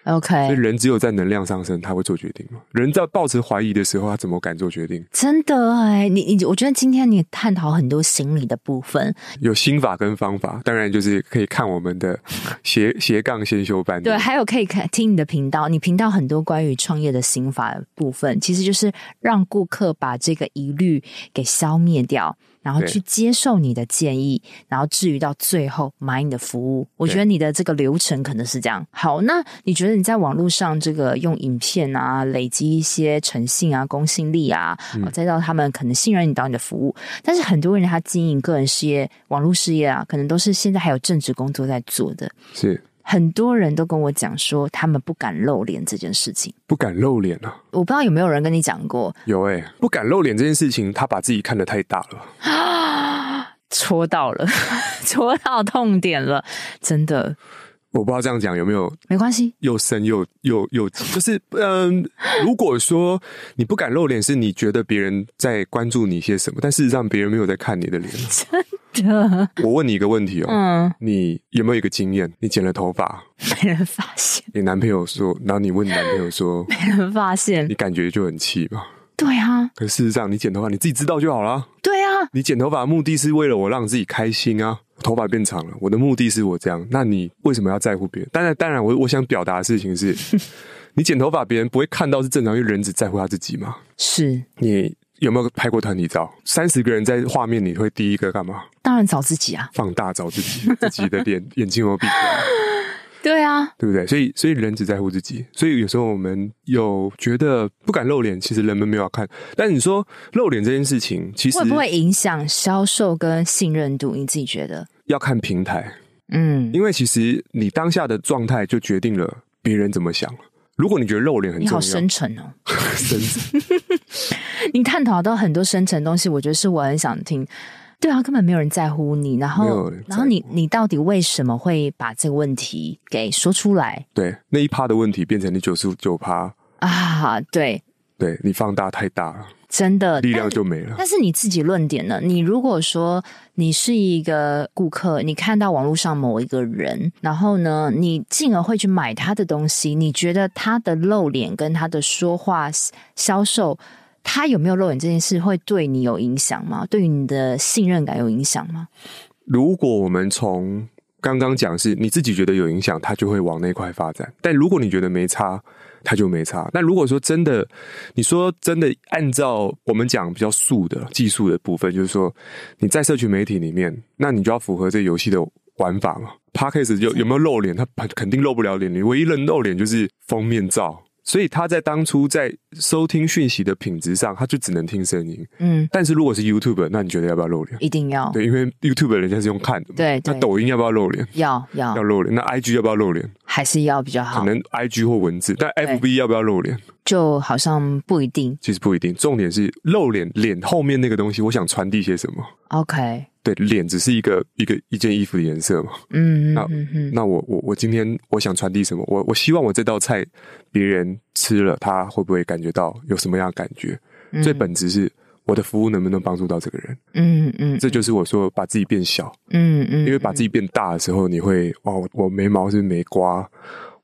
S3: 所以
S2: ，OK，
S3: 人只有在能量上升，他会做决定嘛。人在抱持怀疑的时候，他怎么敢做决定？
S2: 真的哎、你你我觉得今天你探讨很多心理的部分，
S3: 有心法跟方法，当然就是可以看我们的斜斜杠先修班的。
S2: 对，还有可以看听你的频道，你频道很多关于创业的心法的部分，其实就是让顾客把这个疑虑给消灭掉，然后
S3: 对
S2: 去接受你的建议，然后至于到最后买你的服务，我觉得
S3: 对
S2: 你的这个流程可能是这样。好，那你觉得你在网络上这个用影片啊，累积一些诚信啊、公信力啊，
S3: 嗯
S2: 哦再到他们可能信任你到你的服务，但是很多人他经营个人事业、网络事业啊，可能都是现在还有正职工作在做的。
S3: 是
S2: 很多人都跟我讲说，他们不敢露脸这件事情。
S3: 不敢露脸啊。
S2: 我不知道有没有人跟你讲 过，
S3: 有哎、不敢露脸这件事情，他把自己看得太大了。
S2: 戳到了，戳到痛点了，真的。
S3: 我不知道这样讲有没有
S2: 没关 系，
S3: 又深又又又，就是嗯，如果说你不敢露脸，是你觉得别人在关注你些什么，但事实上别人没有在看你 的脸。
S2: 的，
S3: 我问你一个问题哦，
S2: 嗯，
S3: 你有没有一个经验？你剪了头发，
S2: 没人发现，
S3: 你男朋友说，然后你问你男朋友说，
S2: 没人发现
S3: 你，感觉就很气嘛？
S2: 对啊，
S3: 可事实上，你剪头发你自己知道就好啦。
S2: 对啊，
S3: 你剪头发的目的是为了我让自己开心啊，头发变长了，我的目的是我这样。那你为什么要在乎别人？当然，当然我，我想表达的事 情是，你剪头发别人不会看到是正常，因为人只在乎他自己嘛。
S2: 是，
S3: 你有没有拍过团体照？三十个人在画面，你会第一个干嘛？
S2: 当然找自己啊，
S3: 放大找自己自己的脸，眼睛有没有闭起来，
S2: 对啊，
S3: 对不对？所以，所以人只在乎自己。所以有时候我们有觉得不敢露脸，其实人们没有要看。但你说露脸这件事情，其实
S2: 会不会影响销售跟信任度？你自己觉得？
S3: 要看平台。
S2: 嗯，
S3: 因为其实你当下的状态就决定了别人怎么想。如果你觉得露脸很
S2: 你
S3: 重
S2: 好
S3: 要，
S2: 深沉哦，
S3: 深沉
S2: 你探讨到很多深沉的东西，我觉得是我很想听。对啊，根本没有人在乎你，然
S3: 没有
S2: 后
S3: 人，在
S2: 然后你你到底为什么会把这个问题给说出来
S3: 对那一趴的问题变成你九十九趴，
S2: 啊？对，
S3: 对你放大太大了，
S2: 真的
S3: 力量
S2: 但
S3: 就没了。
S2: 但是你自己论点呢？你如果说你是一个顾客，你看到网络上某一个人，然后呢，你进而会去买他的东西，你觉得他的露脸跟他的说话销售，他有没有露脸这件事会对你有影响吗？对于你的信任感有影响吗？
S3: 如果我们从刚刚讲是你自己觉得有影响，它就会往那块发展。但如果你觉得没差，它就没差。那如果说真的，你说真的，按照我们讲比较素的技术的部分，就是说你在社群媒体里面，那你就要符合这游戏的玩法嘛。p a c k a s e 有有没有露脸？他肯定露不了脸，你唯一能露脸就是封面照。所以他在当初在收听讯息的品质上，他就只能听声音。
S2: 嗯，
S3: 但是如果是 YouTube，那你觉得要不要露脸？
S2: 一定要
S3: 对，因为 YouTube 人家是用看的嘛。
S2: 对
S3: 那
S2: 对，
S3: 抖音要不要露脸？
S2: 要要
S3: 要露脸。那 IG 要不要露脸？
S2: 还是要比较
S3: 可
S2: 好，
S3: 能 IG 或文字，但 FB 要不要露脸？
S2: 就好像不一定。
S3: 其实不一定。重点是露脸，脸后面那个东西，我想传递些什么？
S2: OK，
S3: 对，脸只是一个一个一件衣服的颜色嘛。
S2: 嗯
S3: 那
S2: 嗯嗯嗯，
S3: 那我我我今天我想传递什么？我我希望我这道菜别人吃了，他会不会感觉到有什么样的感觉？
S2: 嗯
S3: 最本质是我的服务能不能帮助到这个人？
S2: 嗯嗯
S3: 这就是我说把自己变小，
S2: 嗯嗯，
S3: 因为把自己变大的时候，你会哇，我我眉毛是不是没刮，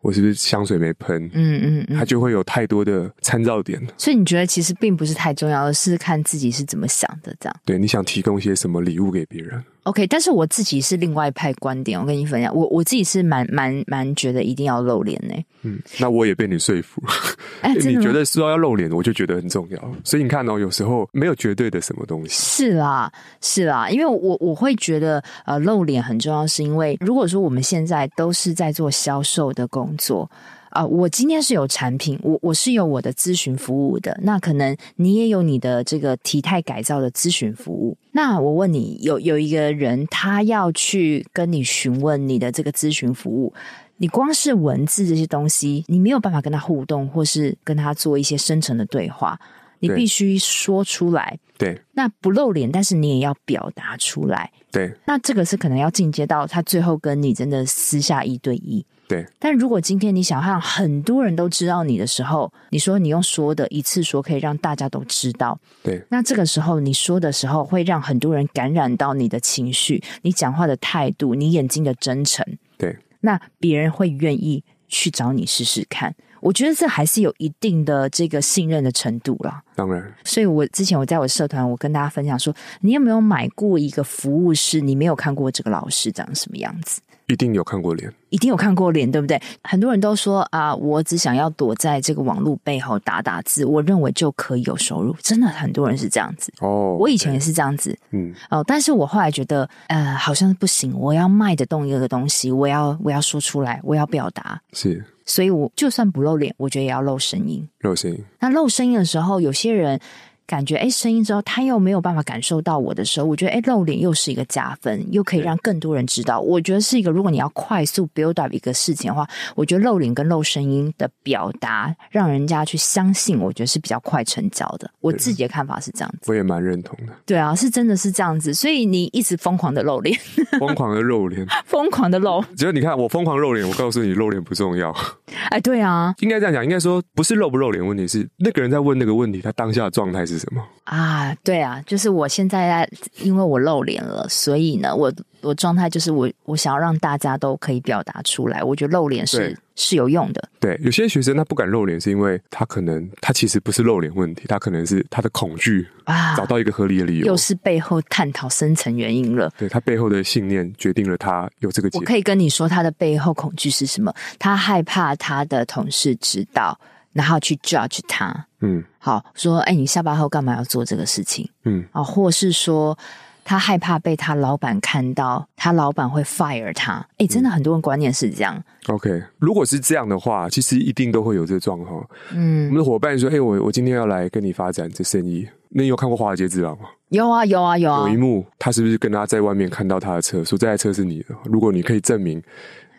S3: 我是不是香水没喷？
S2: 嗯嗯嗯
S3: 它就会有太多的参照点。
S2: 所以你觉得其实并不是太重要，而是看自己是怎么想的这样。
S3: 对，你想提供一些什么礼物给别人？
S2: OK，但是我自己是另外一派观点，我跟你分享，我我自己是蛮蛮蛮觉得一定要露脸呢、
S3: 嗯，那我也被你说服。
S2: 哎、真
S3: 你
S2: 的吗
S3: 觉得说要露脸，我就觉得很重要。所以你看哦，有时候没有绝对的什么东西。
S2: 是啦，是啦，因为我我会觉得呃，露脸很重要，是因为如果说我们现在都是在做销售的工作。啊、我今天是有产品，我我是有我的咨询服务的，那可能你也有你的这个体态改造的咨询服务。那我问你，有有一个人他要去跟你询问你的这个咨询服务，你光是文字这些东西，你没有办法跟他互动，或是跟他做一些深层的对话，你
S3: 对
S2: 必须说出来。
S3: 对
S2: 那不露脸，但是你也要表达出来。
S3: 对
S2: 那这个是可能要进阶到他最后跟你真的私下一对一。
S3: 对，
S2: 但如果今天你想让很多人都知道你的时候，你说你用说的一次说可以让大家都知道，
S3: 对，
S2: 那这个时候你说的时候会让很多人感染到你的情绪、你讲话的态度、你眼睛的真诚，
S3: 对，
S2: 那别人会愿意去找你试试看。我觉得这还是有一定的这个信任的程度啦。
S3: 当然
S2: 所以我之前我在我社团，我跟大家分享说，你有没有买过一个服务师？你没有看过这个老师长什么样子？
S3: 一定有看过脸。
S2: 一定有看过脸，对不对？很多人都说啊，我只想要躲在这个网络背后打打字，我认为就可以有收入。真的，很多人是这样子。
S3: 哦，
S2: 我以前也是这样子
S3: 嗯，
S2: 哦，但是我后来觉得，呃，好像不行，我要卖得动一个东西，我要我要说出来，我要表达，
S3: 是
S2: 所以我就算不露脸，我觉得也要露声音。
S3: 肉声音。
S2: 那露声音的时候，有些人感觉哎声音之后，他又没有办法感受到我的时候，我觉得哎露脸又是一个加分，又可以让更多人知道。我觉得是一个，如果你要快速 build up 一个事情的话，我觉得露脸跟露声音的表达，让人家去相信，我觉得是比较快成交的。我自己的看法是这样子，
S3: 我也蛮认同的。
S2: 对啊，是真的是这样子，所以你一直疯狂的露脸，
S3: 疯狂的露脸，
S2: 疯狂的露，
S3: 只要你看我疯狂露脸，我告诉你，露脸不重要。
S2: 哎，对啊，
S3: 应该这样讲，应该说不是露不露脸问题，是那个人在问那个问题，他当下的状态是什么？
S2: 啊，对啊，就是我现在在，因为我露脸了，所以呢，我我状态就是我我想要让大家都可以表达出来，我觉得露脸是
S3: 对
S2: 是有用的，
S3: 对，有些学生他不敢露脸，是因为他可能他其实不是露脸问题，他可能是他的恐惧
S2: 啊
S3: 找到一个合理的理由
S2: 又，是背后探讨深层原因了。
S3: 对他背后的信念决定了他有这个结
S2: 我。可以跟你说，他的背后恐惧是什么？他害怕他的同事知道，然后去 judge 他。
S3: 嗯
S2: 好，说，哎，你下班后干嘛要做这个事情？
S3: 嗯，
S2: 啊，或是说他害怕被他老板看到，他老板会 fire 他。哎，真的很多人观念是这样。
S3: OK，如果是这样的话，其实一定都会有这个状况。我
S2: 嗯，
S3: 们的伙伴说：“哎、我我今天要来跟你发展这生意。”那你有看过《华尔街之狼》吗？
S2: 有啊，有啊，有啊
S3: 有一，幕，他是不是跟他在外面看到他的车，说这台车是你的？如果你可以证明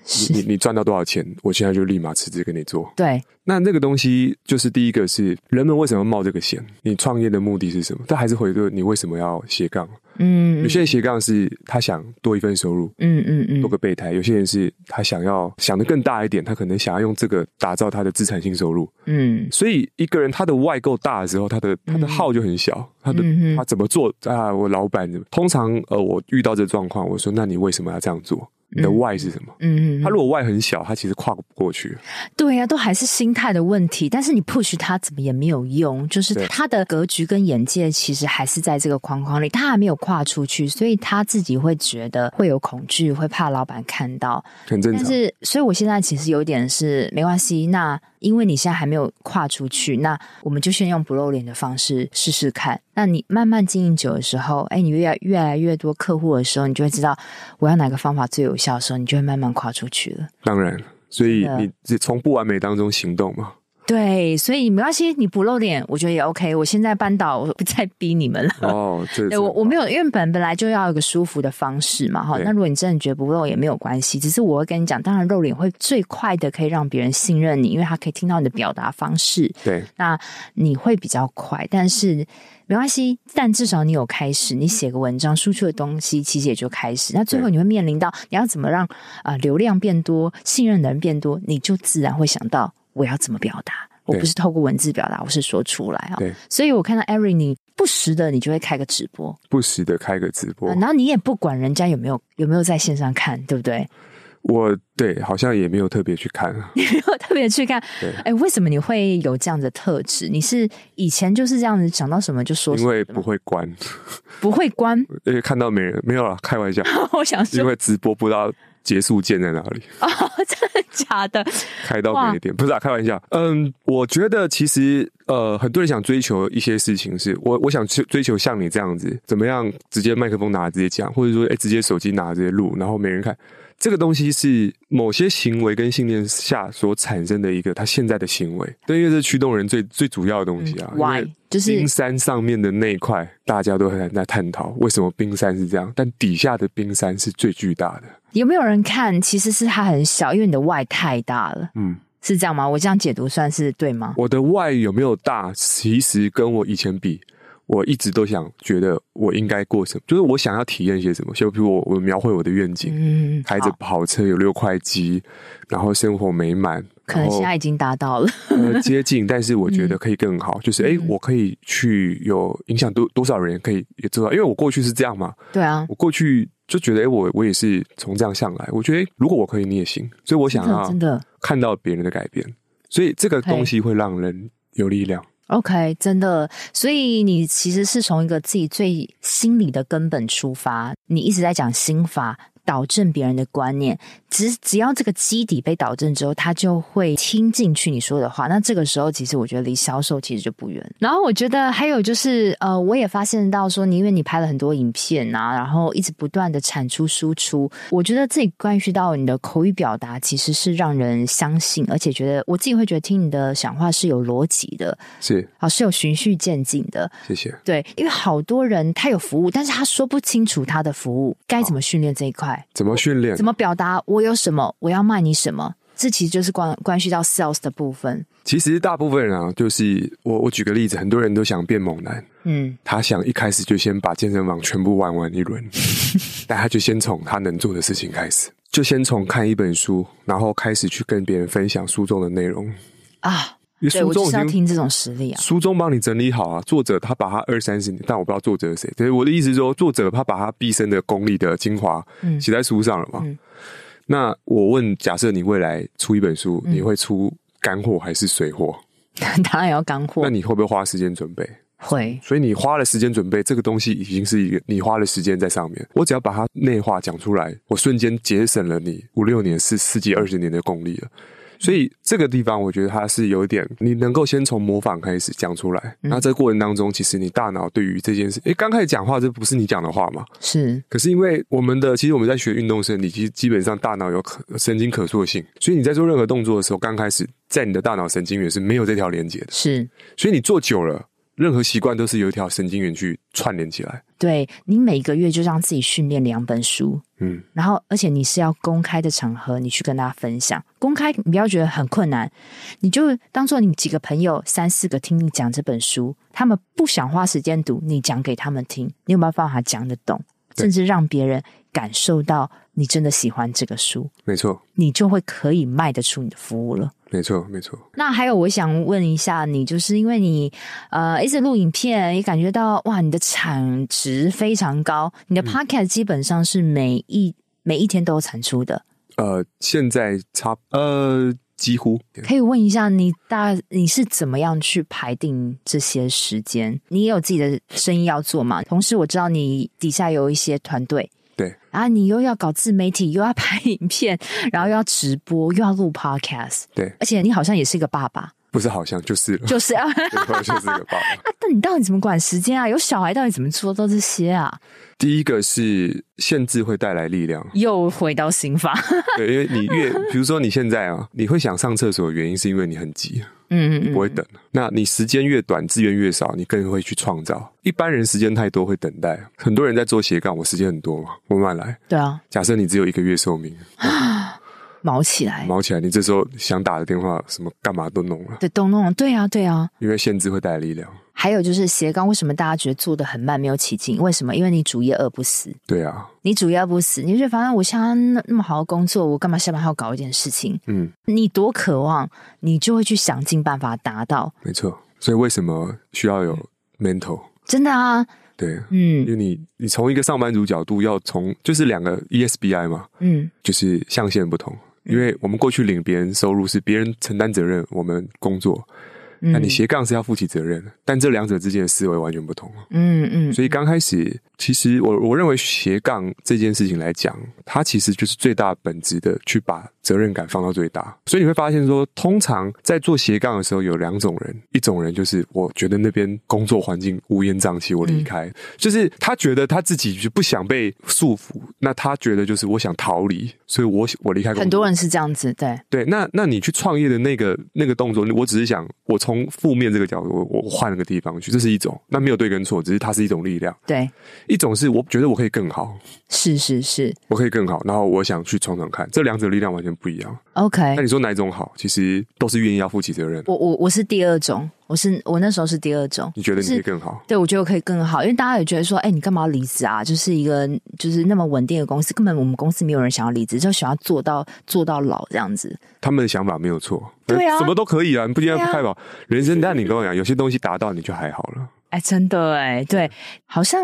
S2: 是
S3: 你你你赚到多少钱，我现在就立马辞职跟你做。
S2: 对，
S3: 那那个东西就是第一个是人们为什么冒这个险？你创业的目的是什么？但还是回归你为什么要斜杠？
S2: 嗯，
S3: 有些人斜杠是他想多一份收入，
S2: 嗯嗯
S3: 多
S2: 嗯，
S3: 个备胎；有些人是他想要想的更大一点，他可能想要用这个打造他的资产性收入。
S2: 嗯，
S3: 所以一个人他的外够大的时候，他的他的号就很小，他的
S2: 嗯哼
S3: 他怎么做啊？我老板怎么通常呃，我遇到这状况，我说那你为什么要这样做？你的外是什么？
S2: 嗯嗯
S3: 他
S2: 嗯，
S3: 如果外很小，他其实跨不过去。
S2: 对啊呀、都还是心态的问题。但是你 push 他怎么也没有用，就是
S3: 对
S2: 他的格局跟眼界其实还是在这个框框里，他还没有跨出去，所以他自己会觉得会有恐惧，会怕老板看到。
S3: 很正
S2: 但
S3: 常，
S2: 是，所以我现在其实有点是没关系。那因为你现在还没有跨出去，那我们就先用不露脸的方式试试看。那你慢慢经营久的时候，哎，你越来越来越多客户的时候，你就会知道我要哪个方法最有效的时候，你就会慢慢跨出去了。
S3: 当然，所以
S2: 真的
S3: 你只从不完美当中行动 嘛。
S2: 对，所以没关系，你不露脸，我觉得也 OK。我现在扳倒，我不再逼你们了。
S3: 哦，这
S2: 对我我没有，因为本本来就要有一个舒服的方式嘛，哈。
S3: 对
S2: 那如果你真的觉得不露也没有关系，只是我会跟你讲，当然露脸会最快的可以让别人信任你，因为他可以听到你的表达方式，
S3: 对
S2: 那你会比较快。但是
S3: 嗯
S2: 没关系，但至少你有开始，你写个文章输出的东西，其实也就开始。那最后
S3: 对
S2: 你会面临到你要怎么让啊、呃流量变多，信任的人变多，你就自然会想到我要怎么表达。我
S3: 对
S2: 不是透过文字表达，我是说出来啊、
S3: 对，
S2: 所以我看到艾瑞，你不时的你就会开个直播，
S3: 不时的开个直播
S2: 啊，然后你也不管人家有没有有没有在线上看，对不 对？
S3: 我对好像也没有特别去看，啊
S2: 没有特别去看
S3: 对。
S2: 哎，为什么你会有这样的特质？你是以前就是这样子，想到什么就说什
S3: 因
S2: 么，
S3: 为不会关，
S2: 不会关。
S3: 因为看到没人没有啦，开 玩笑，
S2: 我想
S3: 因
S2: 说，
S3: 为直播不知道结束键在哪里。
S2: 哦，真的假的？
S3: 开到别一点，不是啊，开玩笑。嗯，我觉得其实呃，很多人想追求一些事情是，我我想去追求像你这样子，怎么样直接麦克风拿直接讲，或者说哎、诶直接手机拿直接录，然后没人看。这个东西是某些行为跟信念下所产生的一个他现在的行为，对，因为这是驱动人最最主要的东西啊。因为
S2: Why？就是嗯
S3: 冰山上面的那一块，大家都很在探讨为什么冰山是这样，但底下的冰山是最巨大的。
S2: 有没有人看？其实是它很小，因为你的外太大了，
S3: 嗯，
S2: 是这样吗？我这样解读算是对吗？
S3: 我的外有没有大，其实跟我以前比，我一直都想觉得我应该过什么，就是我想要体验些什么。就比如我我描绘我的愿景，
S2: 嗯，
S3: 开着
S2: 好，
S3: 跑车有六块肌，然后生活美满，
S2: 可啊嗯能现在已经达到了。
S3: 然后呃接近，但是我觉得可以更好。就是诶，我可以去有影响多多少人，可以也知道，因为我过去是这样嘛，
S2: 对啊，
S3: 我过去。就觉得诶我我也是从这样上来，我觉得诶如果我可以，你也行，所以我
S2: 真
S3: 想啊
S2: 的
S3: 要
S2: 真的
S3: 看到别人的改变，所以这个东西会让人有力量。
S2: OK，真的，所以你其实是从一个自己最心理的根本出发，你一直在讲心法。导正别人的观念，只只要这个基底被导正之后，他就会听进去你说的话。那这个时候，其实我觉得离销售其实就不远。然后我觉得还有就是，呃，我也发现到说，你因为你拍了很多影片啊，然后一直不断的产出输出，我觉得这也关系到你的口语表达，其实是让人相信，而且觉得我自己会觉得听你的讲话是有逻辑的，
S3: 是，
S2: 啊，是有循序渐进的。
S3: 谢谢。
S2: 对，因为好多人他有服务，但是他说不清楚他的服务该怎么训练这一块。
S3: 怎么训练
S2: 怎？么表达我有什么，我要卖你什么，这其实就是关关系到 sales 的部分。
S3: 其实大部分人啊，就是我我举个例子，很多人都想变猛男，
S2: 嗯，
S3: 他想一开始就先把健身房全部玩完一 轮，但他就先从他能做的事情开始，就先从看一本书，然后开始去跟别人分享书中的内容。
S2: 啊，
S3: 因为
S2: 对
S3: 书
S2: 我
S3: 中
S2: 就
S3: 已
S2: 是要
S3: 经
S2: 听这种实力 啊。
S3: 书中帮你整理好啊，作者他把他二三十年，但我不知道作者是谁。对，我的意思是说，作者他把他毕生的功力的精华
S2: 嗯
S3: 写在书上了嘛。
S2: 嗯
S3: 那我问，假设你未来出一本书，
S2: 嗯
S3: 你会出干货还是水货？
S2: 当然也要干
S3: 那
S2: 货，
S3: 你会不会花时间准备？
S2: 会
S3: 所以你花了时间准备这个东西，已经是一个你花了时间在上面。我只要把它内化讲出来，我瞬间节省了你五六年、四十几、二十年的功力了。所以这个地方，我觉得它是有一点，你能够先从模仿开始讲出来。那在过程当中，其实你大脑对于这件事，诶，刚开始讲话这不是你讲的话嘛？
S2: 是
S3: 可是因为我们的，其实我们在学运动生理，其实基本上大脑有可神经可塑性，所以你在做任何动作的时候，刚开始在你的大脑神经元是没有这条连接的。
S2: 是。
S3: 所以你做久了，任何习惯都是有一条神经元去串联起来。
S2: 对你每个月就让自己训练两本书，
S3: 嗯，
S2: 然后而且你是要公开的场合，你去跟大家分享。公开你不要觉得很困难，你就当做你几个朋友三四个听你讲这本书，他们不想花时间读，你讲给他们听，你有没有办法讲得懂，
S3: 对
S2: 甚至让别人感受到你真的喜欢这个书，
S3: 没错，
S2: 你就会可以卖得出你的服务了。
S3: 没错，没错。
S2: 那还有，我想问一下你，就是因为你呃一直录影片，也感觉到哇，你的产值非常高，你的 podcast 基本上是每一、每一天都有产出的。
S3: 呃，现在差呃几乎
S2: 可以问一下你大你是怎么样去排定这些时间？你也有自己的生意要做嘛？同时我知道你底下有一些团队，
S3: 对，
S2: 然后你又要搞自媒体，又要拍影片，然后又要直播，又要录 podcast，
S3: 对
S2: 而且你好像也是一个爸爸，
S3: 不是好像就是 了，
S2: 就是啊。
S3: 对就是个爸爸。
S2: 啊，但你到底怎么管时间啊？有小孩到底怎么做到这些啊？
S3: 第一个是限制会带来力量，
S2: 又回到刑法，
S3: 对，因为你越，比如说你现在啊，你会想上厕所的原因是因为你很急，
S2: 嗯嗯
S3: 不会等。那你时间越短，资源越少，你更会去创造。一般人时间太多会等待，很多人在做斜杠，我时间很多嘛，我慢慢来。
S2: 对啊，
S3: 假设你只有一个月寿命，
S2: 毛起来，
S3: 毛起来，你这时候想打的电话什么干嘛都弄了，
S2: 对，动弄，对啊，对啊。
S3: 因为限制会带来力量。
S2: 还有就是斜杠，为什么大家觉得做的很慢，没有起劲？为什么？因为你主业饿不死，
S3: 对啊，
S2: 你主业饿不死，你就觉得反正我现在那那么好的工作，我干嘛下班还要搞一件事情？
S3: 嗯，
S2: 你多渴望，你就会去想尽办法达到。
S3: 没错。所以为什么需要有 mental？
S2: 真的啊，
S3: 对，因
S2: 嗯
S3: 为你你从一个上班族角度，要从就是两个 E ESBI 嘛，
S2: 嗯，
S3: 就是象限不同。因为我们过去领别人收入是别人承担责任，我们工作；
S2: 嗯
S3: 那你斜杠是要负起责任的，但这两者之间的思维完全不同。
S2: 嗯嗯，
S3: 所以刚开始，其实我我认为斜杠这件事情来讲，它其实就是最大本质的去把责任感放到最大。所以你会发现说，通常在做斜杠的时候有两种人，一种人就是我觉得那边工作环境乌烟瘴气，我
S2: 嗯
S3: 离开，就是他觉得他自己就不想被束缚，那他觉得就是我想逃离，所以我我离开工作。
S2: 很多人是这样子，对，
S3: 对，那那你去创业的那个那个动作，我只是想，我从负面这个角度，我我我换了个地方去，这是一种，那没有对跟错，只是它是一种力量。
S2: 对，
S3: 一种是我觉得我可以更好，
S2: 是是是
S3: 我可以更好，然后我想去闯闯看，这两者力量完全不一样。
S2: ，OK
S3: 那。你说哪一种好？其实都是愿意要负起责任。
S2: 我我我是第二种，我是我那时候是第二种。
S3: 你觉得你可以
S2: 是
S3: 更好？
S2: 对，我觉得我可以更好，因为大家也觉得说，哎，你干嘛要离职啊？就是一个就是那么稳定的公司，根本我们公司没有人想要离职，就想要做到做到老这样子。
S3: 他们的想法没有错，
S2: 对啊
S3: 什么都可以啊，你不一定要
S2: 对啊
S3: 太好。人生，但你跟我讲，有些东西达到你就还好了。
S2: 哎，真的哎，对，好像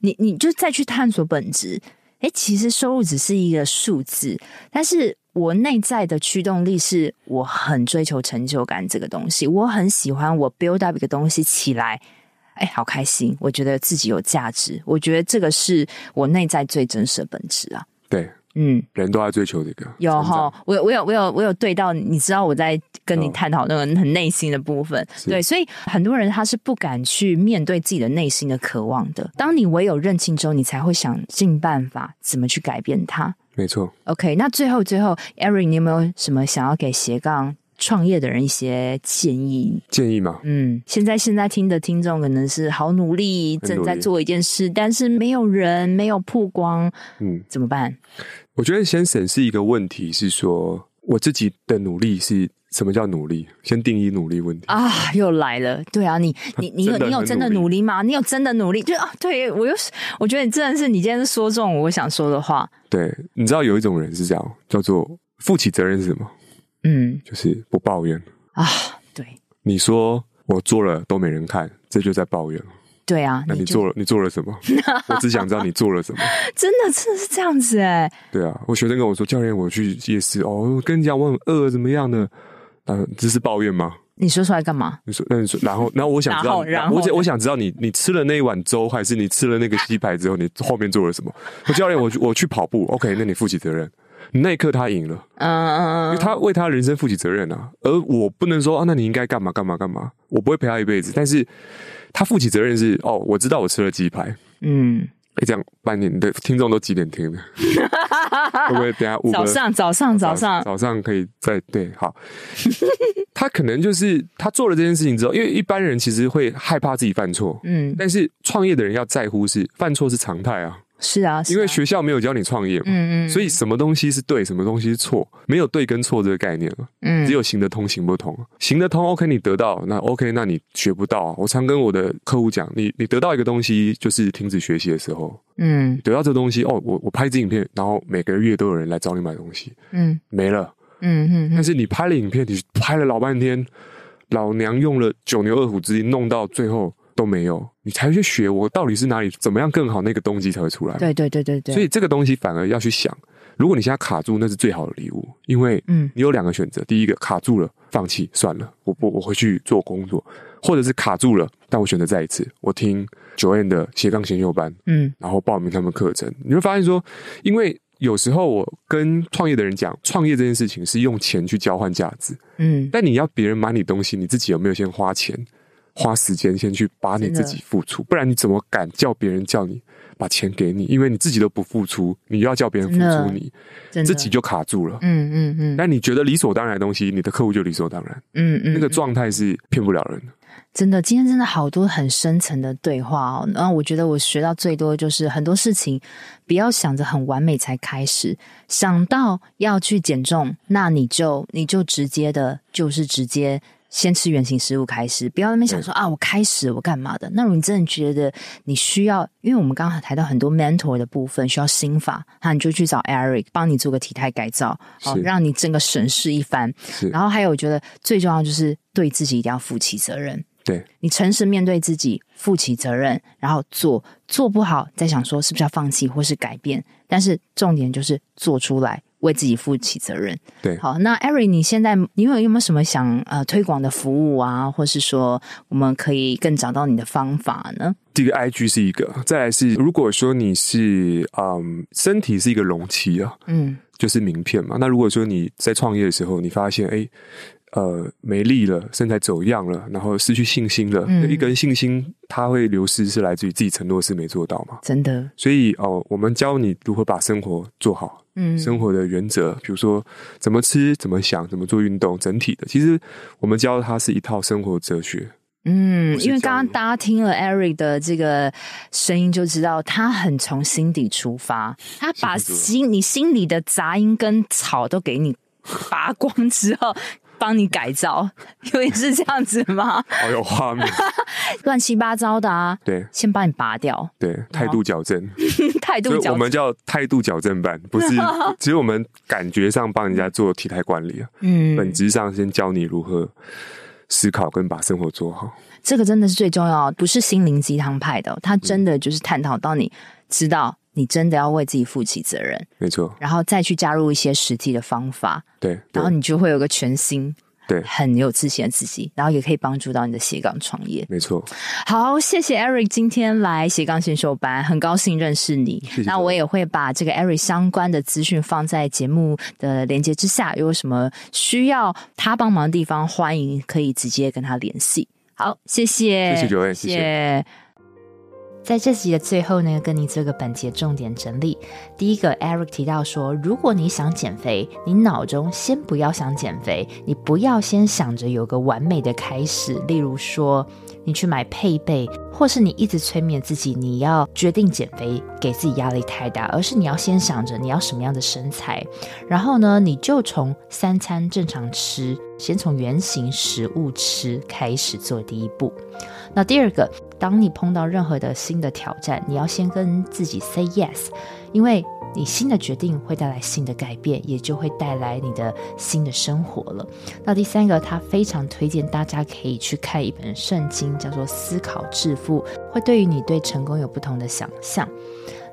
S2: 你你就再去探索本质。哎，其实收入只是一个数字，但是我内在的驱动力是我很追求成就感这个东西，我很喜欢我 build up 一个东西起来，哎，好开心，我觉得自己有价值，我觉得这个是我内在最真实的本质啊。
S3: 对，
S2: 嗯，
S3: 人都在追求这个。
S2: 有
S3: 成长
S2: 哈，我有我有我有我有对到，你知道我在跟你
S3: 嗯
S2: 探讨那个很内心的部分，
S3: 是
S2: 对，所以很多人他是不敢去面对自己的内心的渴望的。当你唯有认清之后，你才会想尽办法怎么去改变它。
S3: 没错。
S2: OK，那最后最后，Eric，你有没有什么想要给斜杠创业的人一些建议？
S3: 建议嘛，
S2: 嗯，现在现在听的听众可能是好努力，
S3: 很努
S2: 正在
S3: 力
S2: 做一件事，但是没有人，没有曝光，
S3: 嗯，
S2: 怎么办？
S3: 我觉得先审视一个问题是说，我自己的努力是什么叫努力？先定义努力问题。
S2: 啊，又来了！对啊， 你你你有
S3: 真的
S2: 你有
S3: 很
S2: 真的
S3: 努力
S2: 努力吗？你有真的努力？就啊，对我又是，我觉得你真的是，你今天是说中我想说的话。
S3: 对，你知道有一种人是这样，叫做负起责任是什么？
S2: 嗯
S3: 就是不抱怨。
S2: 啊，对
S3: 你说我做了都没人看，这就在抱怨。
S2: 对啊，
S3: 那你
S2: 就
S3: 做了，你做了什 么？我只想知道你做了什么。
S2: 真的真的是这样子哎、
S3: 对啊，我学生跟我说，教练，我去夜市哦，我跟你讲我很饿，怎么样呢？嗯、这是抱怨吗？
S2: 你说出来干嘛？
S3: 你说，那你说，然后，然后我想知道你，
S2: 然后然后
S3: 我想我想知道你，你吃了那一碗粥，还是你吃了那个鸡排之后，你后面做了什么？我教练，我去我去跑步，OK，那你负起责任。那一刻他赢了，
S2: 嗯嗯
S3: 因
S2: 嗯
S3: 为
S2: 嗯，
S3: 他为他人生负起责任啊。而我不能说啊，那你应该干嘛干嘛干嘛，我不会陪他一辈子。但是他负起责任是哦，我知道我吃了鸡排，
S2: 嗯，
S3: 哎，这样半年你的听众都几 点听的？会不会等下五
S2: 早上早上早上，
S3: 早上可以再对好？他可能就是他做了这件事情之后，因为一般人其实会害怕自己犯错，
S2: 嗯，
S3: 但是创业的人要在乎是犯错是常态啊，
S2: 是啊，是
S3: 因为
S2: 啊
S3: 学校没有教你创业嘛。
S2: 嗯嗯，
S3: 所以什么东西是对，什么东西是错，没有对跟错这个概念啊了，
S2: 嗯
S3: 只有行得通行不通。行得通，OK，你得到，那 OK，那你学不到。我常跟我的客户讲，你你得到一个东西，就是停止学习的时候，
S2: 嗯
S3: 得到这东西哦，我我拍一支影片，然后每个月都有人来找你买东西，
S2: 嗯
S3: 没了。
S2: 嗯嗯
S3: 但
S2: 嗯，
S3: 是你拍了影片，你拍了老半天，老娘用了九牛二虎之力弄到最后都没有，你才去学我到底是哪里怎么样更好，那个东西才会出来。
S2: 对对对对对，
S3: 所以这个东西反而要去想，如果你现在卡住，那是最好的礼物，因为
S2: 嗯
S3: 你有两个选择：第一个卡住了，放弃算了，我不我回去做工作；或者是卡住了，但我选择再一次，我听九 N 的斜杠先修班，
S2: 嗯
S3: 然后报名他们课程，你会发现说，因为有时候我跟创业的人讲，创业这件事情是用钱去交换价值，
S2: 嗯
S3: 但你要别人买你东西，你自己有没有先花钱、花时间先去把你
S2: 真的
S3: 自己付出？不然你怎么敢叫别人叫你把钱给你？因为你自己都不付出，你又要叫别人付
S2: 真的
S3: 出你，
S2: 真的
S3: 自己就卡住了。
S2: 嗯嗯嗯，
S3: 但你觉得理所当然的东西，你的客户就理所当然，
S2: 嗯嗯
S3: 那个状态是骗不了人的。
S2: 真的，今天真的好多很深层的对话哦。然后我觉得我学到最多就是很多事情不要想着很完美才开始，想到要去减重，那你就你就直接的，就是直接。先吃原形食物开始，不要在那边想说啊，我开始我干嘛的？那如果你真的觉得你需要，因为我们刚刚谈到很多 mentor 的部分需要心法，那你就去找 Eric 帮你做个体态改造，好、
S3: 是
S2: 让你整个审视一番。
S3: 是
S2: 然后还有，我觉得最重要就是对自己一定要负起责任。
S3: 对，
S2: 你诚实面对自己，负起责任，然后做，做不好再想说是不是要放弃或是改变，但是重点就是做出来，为自己负起责任。
S3: 对
S2: 好，那艾瑞，你现在你有有没有什么想呃推广的服务啊，或是说我们可以更找到你的方法呢？
S3: 这个 IG 是一个，再来是如果说你是嗯，身体是一个容器啊，
S2: 嗯
S3: 就是名片嘛。那如果说你在创业的时候，你发现哎、诶呃，没力了，身材走样了，然后失去信心了，
S2: 嗯
S3: 一个人信心它会流失，是来自于自己承诺是没做到嘛。
S2: 真的，
S3: 所以哦，我们教你如何把生活做好，
S2: 嗯
S3: 生活的原则，比如说怎么吃、怎么想、怎么做运动，整体的。其实我们教它是一套生活哲学，
S2: 嗯，
S3: 是
S2: 因为
S3: 这
S2: 刚
S3: 样
S2: 刚
S3: 的
S2: 大家听了 Eric 的这个声音，就知道他很从心底出发，他把
S3: 是不是
S2: 心你心里的杂音跟草都给你拔光之后。帮你改造， 有点是这样子吗？
S3: 好有画面。
S2: 乱七八糟的啊，
S3: 对
S2: 先帮你拔掉，
S3: 对，态度矫正，
S2: 态
S3: 所
S2: 度
S3: 以我
S2: 矫
S3: 们叫态度矫正班，不是，其实我们感觉上帮人家做体态管理啊。本
S2: 嗯，
S3: 质上先教你如何思考跟把生活做好。
S2: 这个真的是最重要，不是心灵鸡汤派的哦，他真的就是探讨到你知道你真的要为自己负起责任，
S3: 没错，
S2: 然后再去加入一些实际的方法，
S3: 对，对
S2: 然后你就会有个全新
S3: 对
S4: 很有自信的自己，然后也可以帮助到你的斜杠创业。
S3: 没错，
S4: 好，谢谢 Eric 今天来斜杠新手班，很高兴认识你。
S3: 谢谢
S4: 那我也会把这个 Eric 相关的资讯放在节目的连接之下，有什么需要他帮忙的地方，欢迎可以直接跟他联系。好，谢谢，
S3: 谢谢九恩谢谢
S4: 谢
S2: 在这集的最后呢，跟你做个本节重点整理。第一个，Eric 提到说，如果你想减肥，你脑中先不要想减肥，你不要先想着有个完美的开始，例如说你去买配备，或是你一直催眠自己你要决定减肥，给自己压力太大，而是你要先想着你要什么样的身材，然后呢，你就从三餐正常吃，先从原型食物吃开始做第一步。那第二个，当你碰到任何的新的挑战，你要先跟自己 say yes，因为你新的决定会带来新的改变，也就会带来你的新的生活了。那第三个，他非常推荐大家可以去看一本圣经，叫做《思考致富》，会对于你对成功有不同的想象。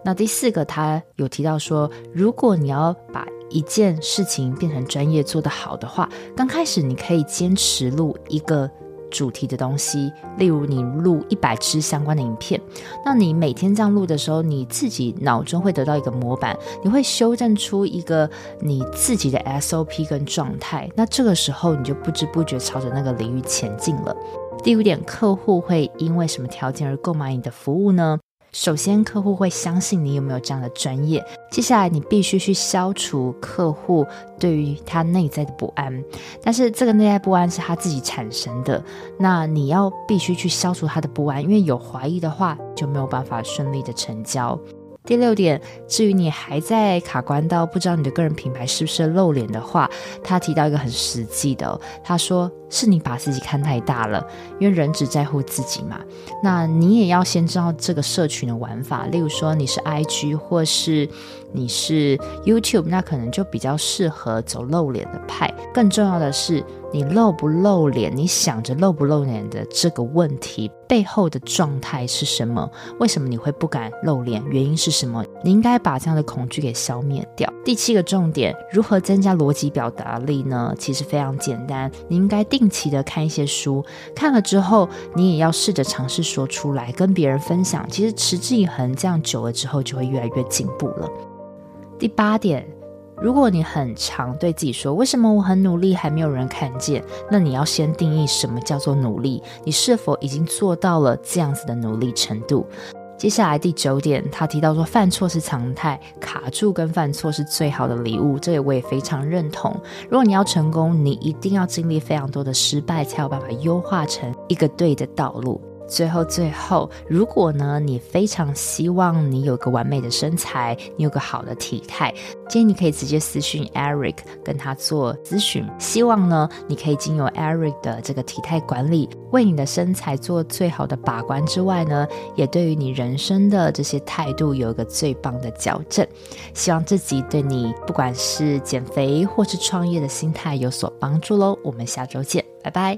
S2: 那第四个，他有提到说，如果你要把一件事情变成专业做得好的话，刚开始你可以坚持录一个主题的东西，例如你录一百支相关的影片。那你每天这样录的时候，你自己脑中会得到一个模板，你会修正出一个你自己的 SOP 跟状态。那这个时候，你就不知不觉朝着那个领域前进了。第五点，客户会因为什么条件而购买你的服务呢？首先，客户会相信你有没有这样的专业。接下来，你必须去消除客户对于他内在的不安，但是这个内在不安是他自己产生的。那你要必须去消除他的不安，因为有怀疑的话，就没有办法顺利的成交。第六点，至于你还在卡关到不知道你的个人品牌是不是露脸的话，他提到一个很实际的哦、他说是你把自己看太大了，因为人只在乎自己嘛。那你也要先知道这个社群的玩法，例如说你是 IG 或是你是 YouTube，那可能就比较适合走露脸的派。更重要的是，你露不露脸，你想着露不露脸的这个问题背后的状态是什么？为什么你会不敢露脸？原因是什么？你应该把这样的恐惧给消灭掉。第七个重点，如何增加逻辑表达力呢？其实非常简单，你应该定期的看一些书，看了之后，你也要试着尝试说出来，跟别人分享。其实持之以恒，这样久了之后，就会越来越进步了。第八点，如果你很常对自己说“为什么我很努力还没有人看见”，那你要先定义什么叫做努力，你是否已经做到了这样子的努力程度？接下来第九点，他提到说犯错是常态，卡住跟犯错是最好的礼物，这个我也非常认同。如果你要成功，你一定要经历非常多的失败，才有办法优化成一个对的道路。最后，最后，如果呢，你非常希望你有个完美的身材，你有个好的体态，建议你可以直接私讯 Eric 跟他做咨询。希望呢，你可以经由 Eric 的这个体态管理，为你的身材做最好的把关之外呢，也对于你人生的这些态度有一个最棒的矫正。希望这集对你不管是减肥或是创业的心态有所帮助喽。我们下周见，拜拜。